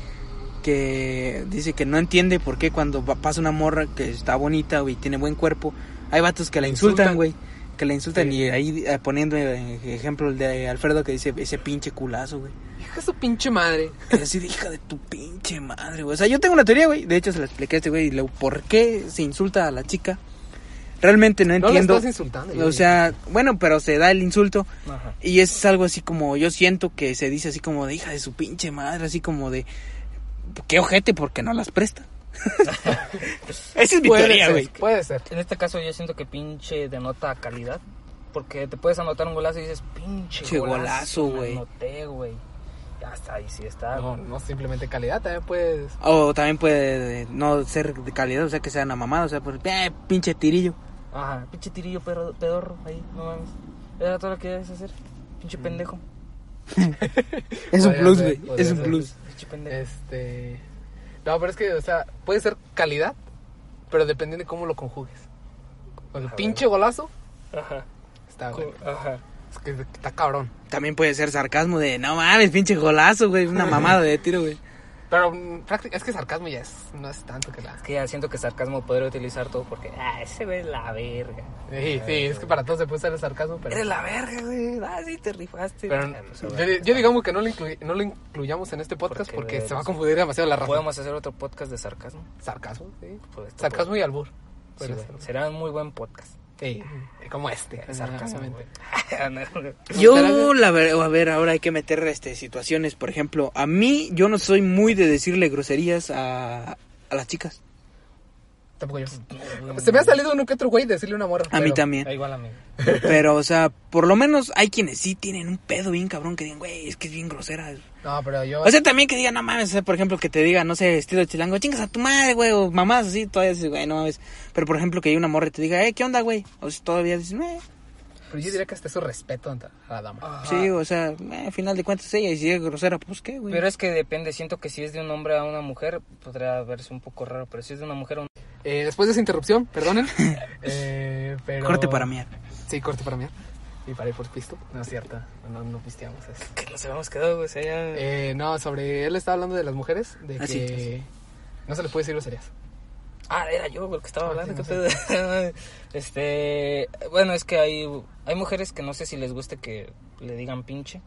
C: que dice que no entiende por qué cuando va- pasa una morra que está bonita, güey, tiene buen cuerpo, hay vatos que la
B: La
C: insultan,
B: insultan.
C: güey, que la insultan
B: Sí.
C: y ahí eh, poniendo eh, ejemplo el de Alfredo que dice ese pinche culazo, güey.
B: Hijo de su pinche madre.
C: Es así de hija de tu pinche madre, güey. O sea, yo tengo una teoría, güey. De hecho, se la expliqué a este güey. y le- ¿Por qué se insulta a la chica? Realmente no
B: No
C: entiendo.
B: lo estás insultando. yo
C: o sea, bueno, pero se da el insulto.
A: Ajá.
C: Y es algo así como, yo siento que se dice así como de hija de su pinche madre, así como de, qué ojete porque no las presta. Esa es
B: digo.
C: mi
B: puede
C: teoría,
B: ser,
C: güey.
B: Puede ser.
A: En este caso yo siento que pinche denota calidad. Porque te puedes anotar un golazo y dices, pinche
C: Che,
A: golazo,
C: golazo,
A: me
C: güey.
A: Anoté, güey. Ya está, ahí sí está.
B: No, no simplemente calidad, también puedes.
C: O también puede eh, no ser de calidad, o sea, que sea una mamada, o sea, pues, eh, pinche tirillo.
A: Ajá, pinche tirillo perro- pedorro ahí, no mames. Era todo lo que debes hacer, pinche pendejo.
C: Es un
B: Podría
C: plus,
B: ser,
C: güey.
B: podría
C: Es un
B: ser.
C: plus.
A: Pinche pendejo.
B: Este. No, pero es que, o sea, puede ser calidad, pero dependiendo de cómo lo conjugues. Con el
A: A
B: pinche golazo,
A: Ajá.
B: está,
A: co-
B: Ah, bueno.
A: Ajá.
B: Es que está cabrón.
C: También puede ser sarcasmo de, no mames, pinche golazo, güey. Una mamada de tiro, güey.
B: Pero mm, prácti- es que sarcasmo ya es, no es tanto que la.
A: Es que ya siento que sarcasmo podría utilizar todo porque, ah, ese güey es la verga.
B: Sí, sí, es que para todos se puede usar el sarcasmo,
A: Eres
B: pero.
A: la verga, güey. Ah, sí, te rifaste.
B: pero
A: Ah, no sé,
B: yo,
A: güey.
B: yo digamos que no lo, incluy- no lo incluyamos en este podcast
A: Porque
B: porque,
A: de-
B: se va a confundir demasiado la raza.
A: Podemos hacer otro podcast de sarcasmo.
B: Sarcasmo, sí.
A: Por esto,
B: Sarcasmo y albur.
A: por- sí,
B: Puede
A: güey.
B: ser.
A: Será un muy buen podcast.
B: Sí, como este.
A: Sarcasmo,
B: exactamente.
A: güey. Ah, no, güey.
C: Yo, la verdad, a ver, ahora hay que meter este, situaciones. Por ejemplo, a mí, yo no soy muy de decirle groserías a, a las chicas.
B: Tampoco yo.
A: Mm. Pues,
B: Se me ha salido uno que otro güey decirle una morra.
C: A mí también.
A: Da Igual a mí.
C: Pero, o sea, por lo menos hay quienes sí tienen un pedo bien cabrón que digan, güey, es que es bien grosera.
B: No, pero yo.
C: O sea, también que digan, no mames, o sea, por ejemplo, que te digan, no sé, estilo chilango, chingas a tu madre, güey, o mamás así, todavía dices, güey, no mames. Pero, por ejemplo, que hay una morra y te diga, eh, ¿qué onda, güey? O sea, todavía dices, eh,
B: Pero yo diría que hasta su respeto ante- a la dama.
A: Ajá.
C: sí, o sea, eh, al final de cuentas ella, y si es grosera, pues qué, güey.
A: Pero es que depende, siento que si es de un hombre a una mujer podría verse un poco raro, pero si es de una mujer a un...
B: Eh, después de esa interrupción, perdonen. eh, pero...
C: Corte para mí.
B: Sí, corte para mí. Y para ir por pisto. No es cierto. No, no pisteamos eso.
A: Que nos habíamos quedado, güey, o sea, ya...
B: Eh, no, sobre él estaba hablando de las mujeres. De
C: Así
B: que no se le puede decir groserías.
A: Ah, era yo güey, el que estaba
B: Ah,
A: hablando,
B: sí,
A: qué
B: no
A: pedo. este, bueno, es que hay, hay mujeres que no sé si les gusta que le digan pinche,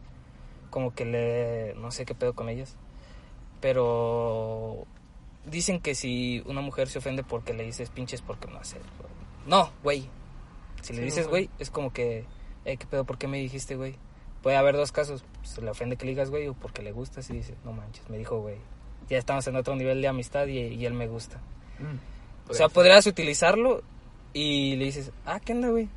A: como que le, no sé qué pedo con ellas, pero dicen que si una mujer se ofende porque le dices pinche es porque no hace, no, güey, si le
B: Sí,
A: dices
B: no,
A: güey,
B: güey.
A: es como que, eh, qué pedo, ¿por qué me dijiste güey? Puede haber dos casos, pues, se le ofende que le digas güey o porque le gustas y dice, no manches, me dijo güey. Ya estamos en otro nivel de amistad y- y él me gusta.
B: Mm.
A: O sea, podrías utilizarlo y le dices, ah, ¿qué onda, güey?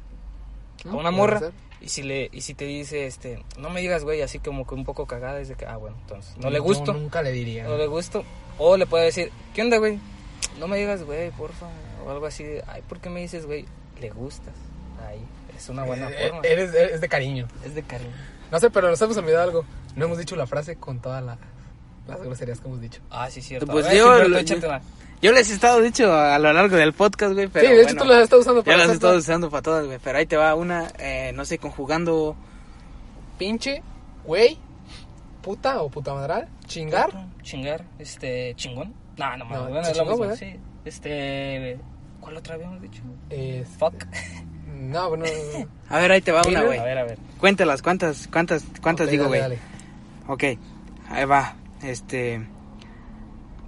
B: ¿No?
A: a una
B: Puede
A: morra.
B: ser.
A: Y si, le, y si te dice, este, no me digas, güey, así como que un poco cagada, es de que, ah, bueno, entonces, no le
B: Yo
A: gusto, no,
B: nunca le diría.
A: le gusto. O le puede decir, ¿qué onda, güey? No me digas, güey, porfa, o algo así, de, ay, ¿por qué me dices, güey? Le gustas. Ahí, es una buena
B: Eh,
A: forma.
B: eres, eres de cariño.
A: Es de cariño.
B: No sé, pero nos hemos olvidado algo. No hemos dicho la frase con todas la- las groserías que hemos dicho.
A: Ah, sí, cierto.
C: Pues
A: A ver,
C: yo
A: Gilberto,
C: lo-
A: échate una.
C: Yo les he estado dicho a, a lo largo del podcast, güey, pero
B: sí, de hecho
C: bueno,
B: tú las estás usando
C: ya las he
B: hacer todo.
C: estado usando para todas, güey. Pero ahí te va una, eh, no sé, conjugando
B: Pinche, güey, puta o puta madral, chingar.
A: Chingar, este, chingón. No, no, mames,
B: No,
A: bueno, es lo
B: chingón,
A: mismo,
B: güey.
A: sí. Este, ¿cuál otra habíamos dicho?
B: es-
A: Fuck.
B: eh, No, bueno.
C: A ver, ahí te va
B: Sí,
C: una,
B: ¿no?
C: güey.
A: A ver, a ver.
C: Cuéntalas, cuántas, cuántas, cuántas
B: Ok,
C: digo,
B: dale,
C: güey.
B: dale.
C: Ok, ahí va. Este.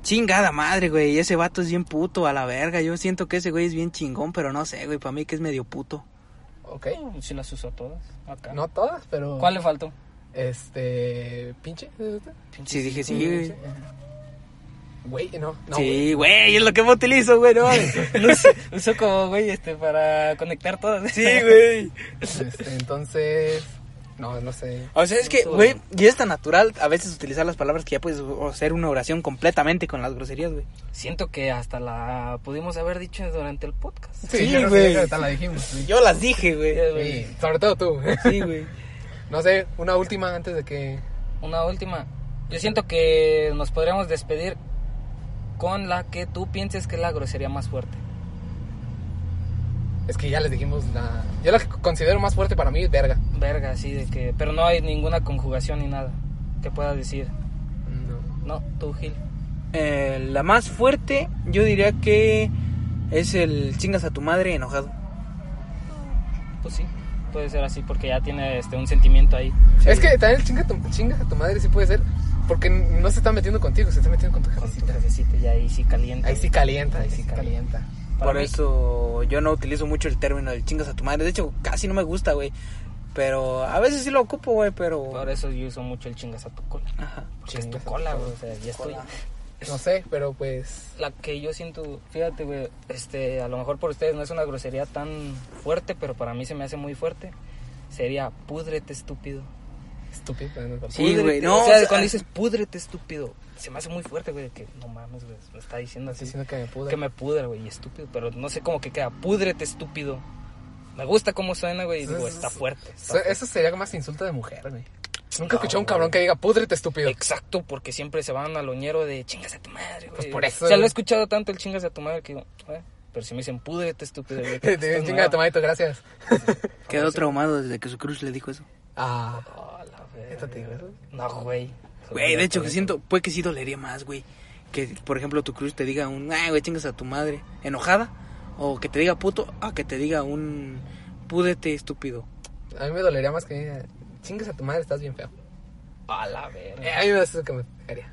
C: Chingada madre, güey. Ese vato es bien puto a la verga. Yo siento que ese güey es bien chingón, pero no sé, güey. Para mí que es medio puto.
B: Ok.
A: Si las usó todas. Acá.
B: No todas, pero.
A: ¿Cuál le faltó?
B: Este. Pinche. ¿sí?
C: Sí, dije sí,
B: Pinche.
C: güey.
B: Güey, no. no güey.
C: Sí, güey, es lo que me utilizo, güey. No, mames.
A: Lo usó- usó como, güey, este, para conectar todas.
C: sí, güey.
B: Este, entonces. No, no sé.
C: O sea, es que, güey, y es tan natural a veces utilizar las palabras que ya puedes hacer una oración completamente con las groserías, güey.
A: Siento que hasta la pudimos haber dicho durante el podcast.
C: Sí,
B: yo no sé,
C: güey.
B: ahorita la dijimos. Sí,
C: Yo las dije, güey.
B: sobre todo tú.
C: Sí, güey.
B: No sé, una última antes de que.
A: Una última. Yo siento que nos podríamos despedir con la que tú pienses que es la grosería más fuerte.
B: Es que ya les dijimos la. Yo la que considero más fuerte para mí es verga.
A: Verga, así de que. Pero no hay ninguna conjugación ni nada que puedas decir.
B: No.
A: No, tú, Gil.
C: Eh, la más fuerte, yo diría que es el chingas a tu madre enojado.
A: Pues sí, puede ser así porque ya tiene este, un sentimiento ahí.
B: Es que también el chinga, tu- chingas a tu madre sí puede ser. Porque no se está metiendo contigo, se está metiendo con tu
A: Con tu
B: jefecita.
A: jefecito y ahí sí calienta.
B: Ahí sí calienta, ahí
A: Ahí
B: sí
A: sí
B: calienta.
A: Para
C: Por
A: mí-
C: eso yo no utilizo mucho el término del chingas a tu madre. De hecho, casi no me gusta, güey. Pero a veces sí lo ocupo, güey, pero...
A: Por eso yo uso mucho el chingas a tu cola.
C: Ajá.
A: Porque es tu
B: Chingas a tu
A: cola, güey. O sea, ya estoy.
B: Cola. No sé, pero pues.
A: La que yo siento, fíjate, güey, este, a lo mejor por ustedes no es una grosería tan fuerte, pero para mí se me hace muy fuerte. Sería púdrete, estúpido.
B: Estúpido. no.
C: Sí, güey,
A: Púdrete.
C: no,
A: o sea,
C: o sea-
A: cuando dices púdrete, estúpido, se me hace muy fuerte, güey, de que no mames, güey, me está diciendo
B: Estoy
A: así.
B: diciendo que me pude.
A: que me pudra, güey, y estúpido, pero no sé cómo que queda. Púdrete, estúpido. Me gusta cómo suena, güey, y digo, está fuerte. está
B: Eso sería más insulto de mujer, güey. Nunca he escuchado a un cabrón que diga, pudrete, estúpido.
A: Exacto, porque siempre se van al loñero de chingas a tu madre, güey.
B: Pues por eso,
A: O sea, lo
B: güey.
A: he escuchado tanto el chingas a tu madre que digo, "Ah, pero si me dicen púdrete, estúpido, güey.
B: Te
A: ¿qué
B: digo,
A: estás
B: Chinga de
A: nueva?"
B: tomadito, gracias.
C: Quedó traumado desde que su cruz le dijo eso.
B: Ah,
A: Oh, la verga.
B: ¿Esto te digo eso?
A: No, güey.
C: Güey, de hecho, que siento, puede que sí dolería más, güey. Que, por ejemplo, tu cruz te diga un, ay, güey, chingas a tu madre, enojada. O que te diga puto, a que te diga un, púdete, estúpido.
B: a mí me dolería más que me diga, chingas a tu madre, estás bien feo.
A: A la
B: Eh,
A: verga.
B: a mí me hace que me pegaría.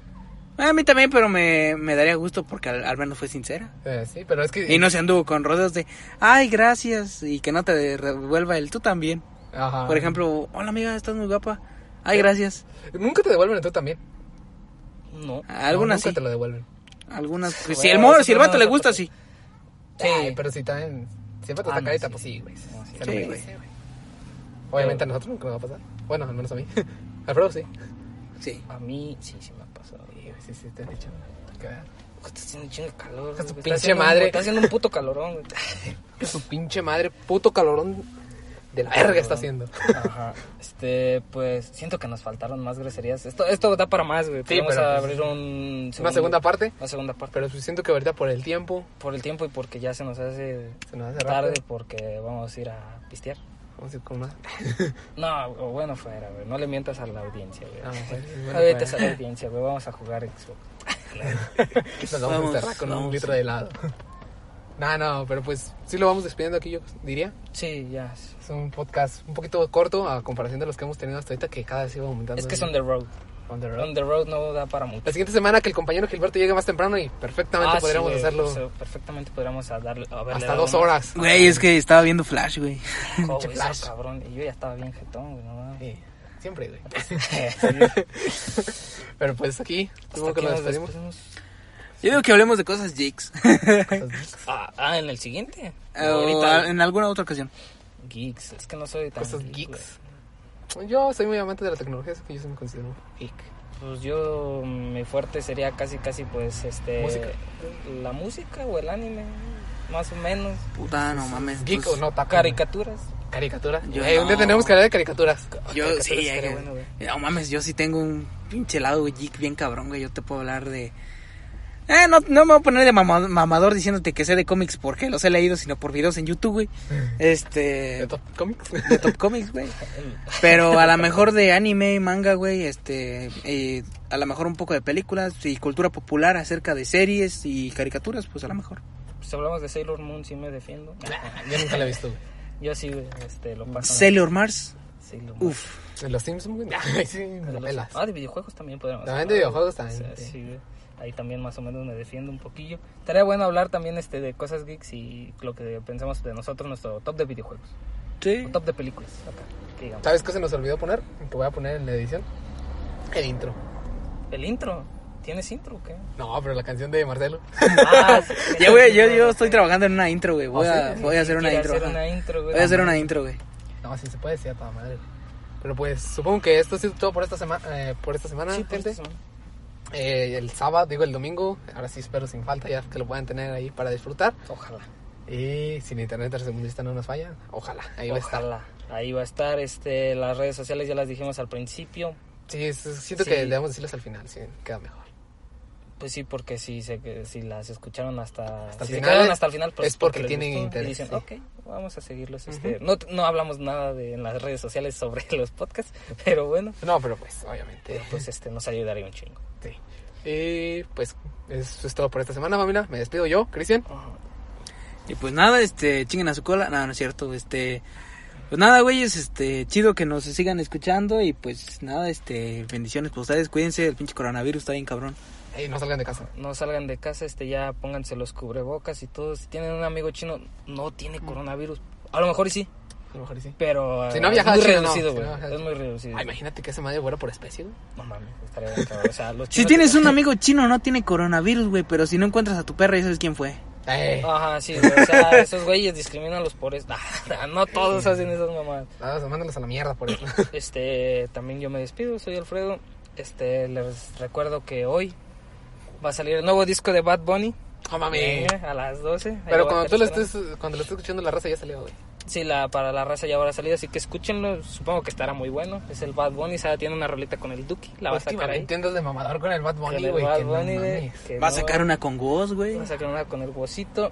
C: A mí también, pero me, me daría gusto porque al, al menos fue sincera.
B: Eh, sí, pero es que.
C: Y no se anduvo con rodas de, ay, gracias, y que no te revuelva el tú también.
B: Ajá.
C: Por ejemplo, hola amiga, estás muy guapa. Ay, gracias.
B: Nunca te devuelven, tú también.
A: No.
B: Ah,
C: Ah, Algunas
B: Nunca
C: sí.
B: te lo devuelven.
C: Algunas.
A: Bueno,
C: si el, mo-
A: eso
C: si el
A: no
C: vato
A: nos
C: le
A: ha
C: gusta,
A: pasado.
C: sí.
A: Sí.
B: Ay, pero si también. Siempre te
A: Ah,
B: ataca
A: no,
B: carita,
A: sí.
B: pues sí, güey. Se
A: No, sí.
B: lo
C: Sí,
B: merece,
C: güey.
B: güey. Obviamente a nosotros nunca nos va a pasar. Bueno, al menos a mí. Alfredo sí.
C: Sí.
A: A mí sí, sí me ha pasado.
B: Sí, güey, sí, sí, te han dicho. ¿Qué?
A: Uy, Está haciendo un chingo de calor.
B: Hija de su
A: güey. Está
B: pinche
A: haciendo un-
B: madre.
A: Está haciendo un puto calorón. güey.
B: Su pinche madre, puto calorón de la verga está haciendo.
A: Ajá. Este, pues siento que nos faltaron más groserías. Esto, esto da para más, güey.
B: Sí,
A: Vamos
B: pero,
A: a
B: pues,
A: abrir un
B: Una segunda parte.
A: Una segunda parte.
B: Pero pues siento que ahorita por el tiempo
A: Por el tiempo y porque ya se nos hace
B: se nos hace
A: tarde,
B: rápido.
A: porque vamos a ir a pistear.
B: Vamos a ir con más.
A: No, o bueno, fuera, güey. No le mientas a la audiencia, güey.
B: Ah, bueno, sí,
A: no
B: bueno,
A: le mientas a
B: bueno.
A: la audiencia, güey. Vamos a jugar Xbox.
B: Nos vamos, a encerrar con un
C: vamos.
B: litro de helado. No, no, pero pues sí lo vamos despidiendo aquí, yo diría.
A: Sí, ya. sí.
B: Es un podcast un poquito corto a comparación de los que hemos tenido hasta ahorita, que cada vez iba aumentando.
A: Es que es on the road.
B: On the road.
A: On the road no da para mucho.
B: La siguiente semana que el compañero Gilberto llegue más temprano y perfectamente
A: Ah, sí,
B: podríamos
A: güey,
B: hacerlo
A: o sea, perfectamente podríamos a darle, haberle
B: hasta
A: dado
B: dos
A: más.
B: horas.
C: Güey, es que estaba viendo Flash, güey.
A: Oh, güey,
B: Flash.
A: ese cabrón. Y yo ya estaba bien jetón, güey. No, mames.
B: Sí, siempre, güey.
A: Hasta
B: Pero pues aquí, supongo que
A: aquí
B: nos
A: nos
B: despedimos.
A: despedimos.
C: Yo digo que hablemos de cosas geeks.
A: Ah, ah, en el siguiente.
C: Eh, O
A: Ahorita,
C: en alguna otra ocasión.
A: Geeks. Es que no soy tan.
B: Cosas
A: geek,
B: geeks. Yo soy muy amante de la tecnología, así que yo sí me considero geek.
A: güey. Pues yo, mi fuerte sería casi, casi, pues, este.
B: Música.
A: La música o el anime, más o menos.
C: Puta, no mames.
B: Geek o
C: pues,
B: no, taco.
A: Caricaturas.
B: Caricatura.
C: Yo
B: Güey, un día
C: no.
B: tenemos que hablar de caricaturas.
C: Yo
A: Caricaturas
C: sí, hay
A: estaría
C: que-
A: bueno, güey.
C: no mames, yo sí tengo un pinche lado geek bien cabrón, güey. Yo te puedo hablar de. Eh, no, no me voy a poner de mama- mamador diciéndote que sé de cómics porque los he leído, sino por videos en YouTube, güey.
B: De
C: Este.
B: Top Comics.
C: de Top Comics, güey. Pero a lo mejor de anime y manga, güey, este, eh, a lo mejor un poco de películas y cultura popular acerca de series y caricaturas, pues a lo mejor.
A: Pues hablamos de Sailor Moon, sí me defiendo.
B: Ah, yo nunca la he visto, güey.
A: Yo sí, güey, este, lo paso.
C: Sailor Mars,
A: Sailor Moon.
C: uff,
B: De los Simpsons, güey. Ay, Ah, sí, me la pelas.
A: Ah, de videojuegos también podríamos
B: También
A: hablar,
B: de
A: güey.
B: videojuegos
A: O sea,
B: también. sí.
A: sí, güey. ahí también más o menos me defiendo un poquillo. Estaría bueno hablar también este de cosas geeks y lo que pensamos de nosotros, nuestro top de videojuegos,
C: sí.
A: o top de películas, acá, que digamos.
B: ¿Sabes qué se nos olvidó poner? Que voy a poner en la edición. El intro.
A: El intro, ¿tienes intro o qué?
B: No, pero la canción de Marcelo.
A: Ah, sí,
C: Ya, güey, yo, yo
A: sí,
C: estoy trabajando en una intro, güey. Voy,
B: ¿Ah,
C: a,
B: sí?
C: voy a hacer una
A: quiere
C: intro.
A: hacer
C: ajá.
A: una intro, güey.
C: Voy a hacer una intro, güey.
B: No, sí se puede decir a toda madre. güey. Pero pues supongo que esto ha sido todo por esta, semana por esta semana,
A: Sí, por
B: gente.
A: eso.
B: Eh, el sábado, digo el domingo. Ahora sí espero sin falta, ya que lo puedan tener ahí para disfrutar.
A: Ojalá.
B: Y sin internet tercermundista no nos falla. Ojalá, ahí va a estar.
A: Ojalá. Ahí va a estar este las redes sociales ya las dijimos al principio.
B: Sí, es- es- siento
A: Sí.
B: que debemos decirles al final, sí, queda mejor.
A: Pues sí, porque si, se, si las escucharon hasta,
B: Hasta el
A: si se
B: final
A: quedaron hasta el final, pues
B: es
A: es
B: porque
A: les
B: tienen
A: gustó
B: interés,
A: Y dicen,
B: sí.
A: ok, vamos a seguirlos. este, no, no hablamos nada de, en las redes sociales sobre los podcasts, pero bueno,
B: No, pero pues, obviamente.
A: pero pues este nos ayudaría un chingo.
B: Sí. Y pues, eso es todo por esta semana, familia. Me despido yo, Cristian.
C: Y pues nada, este, chinguen a su cola. No, no es cierto, este. Pues nada, güeyes, este, chido que nos sigan escuchando y pues nada, este, bendiciones por ustedes, cuídense, el pinche coronavirus está bien cabrón.
B: Y no salgan de casa.
A: No salgan de casa, este ya pónganse los cubrebocas y todo. Si tienen un amigo chino, no tiene coronavirus. A lo mejor y sí,
B: A lo mejor y sí.
A: pero
B: Mm. Si no
A: eh,
B: viaja
A: es
B: a
A: muy
B: China, no.
A: reducido,
B: Si
A: güey.
B: no viaja a
A: es
B: China.
A: muy reducido.
B: Ah, imagínate que esa madre fuera por especie, güey.
A: No mames, estaría bien cabrón. O sea, los
C: Si
A: chinos-
C: tienes un amigo chino, no tiene coronavirus, güey, pero si no encuentras a tu perra, ya sabes quién fue.
B: Eh,
A: Ajá, sí, güey, o sea, esos güeyes discriminan a los pobres. no todos hacen esas mamadas.
B: nada, Ah, mándalos a la mierda por eso.
A: Este, también yo me despido, soy Alfredo. Este, les recuerdo que hoy va a salir el nuevo disco de Bad Bunny
B: No mames.
A: eh, a las 12. Ahí
B: Pero
A: voy a
B: cuando tú
A: estar
B: lo
A: esperando.
B: estés, cuando lo estés escuchando, la raza ya salió, güey.
A: Sí, la, para la raza ya habrá salido, así que escúchenlo. Supongo que estará muy bueno. Es el Bad Bunny, ¿sabe? tiene una roleta con el Duki.
B: Pues
A: La va a sacar ahí.
B: Últimamente andas de mamador con el Bad
A: Con
B: Bunny,
A: el
B: güey.
A: Bad
B: que no
A: Bunny, güey,
B: mames.
A: que
C: Va a
A: no-
C: sacar una con Woz, güey.
A: Va a sacar una con el Wosito.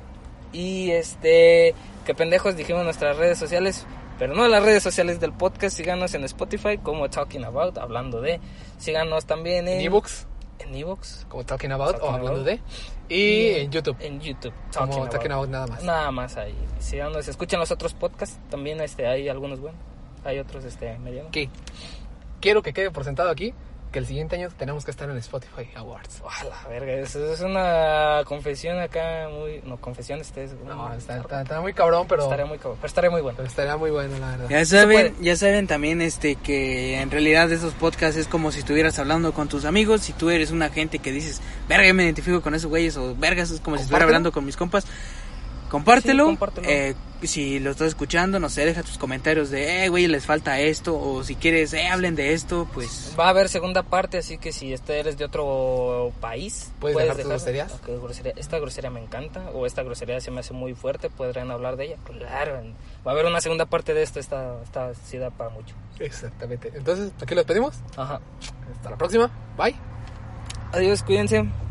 A: Y este, que pendejos dijimos en nuestras redes sociales, pero no en las redes sociales del podcast. Síganos en Spotify como Talking About, hablando de. Síganos también en
B: En ebooks,
A: en iVoox,
B: como Talking About
A: Talking
B: o hablando
A: About.
B: de. Y, en YouTube,
A: en YouTube.
B: como Talking About nada más.
A: Nada más ahí. Síganos, escuchen los otros podcasts. También este, hay algunos buenos, hay otros este, medianos.
B: Que quiero que quede por sentado aquí que el siguiente año tenemos que estar en Spotify Awards.
A: A la verga, eso es una confesión acá muy... No, confesión este es...
B: No,
A: muy-
B: está, está- está muy cabrón, pero,
A: Estaría muy cabrón, pero estaría muy bueno.
B: pero estaría muy bueno, la verdad.
C: Ya saben,
A: puede.
C: ya saben también este que en realidad esos podcasts es como si estuvieras hablando con tus amigos, si tú eres una gente que dices, verga, yo me identifico con esos güeyes, o vergas, es como si
B: Compártelo.
C: estuviera hablando con mis compas, compártelo,
A: Sí, compártelo.
C: eh, si lo estás escuchando, no sé, deja tus comentarios de, eh, güey, les falta esto, o si quieres, eh, hablen de esto, pues,
A: Va a haber segunda parte, así que si este eres de otro país,
B: ¿Puedes dejar tus groserías?
A: Ok, grosería. Esta grosería me encanta, o esta grosería se me hace muy fuerte, podrían hablar de ella. Claro, en- va a haber una segunda parte de esto, esta, esta sí da para mucho.
B: Exactamente. Entonces, aquí los pedimos.
A: Ajá.
B: Hasta la próxima. Bye.
A: Adiós, cuídense.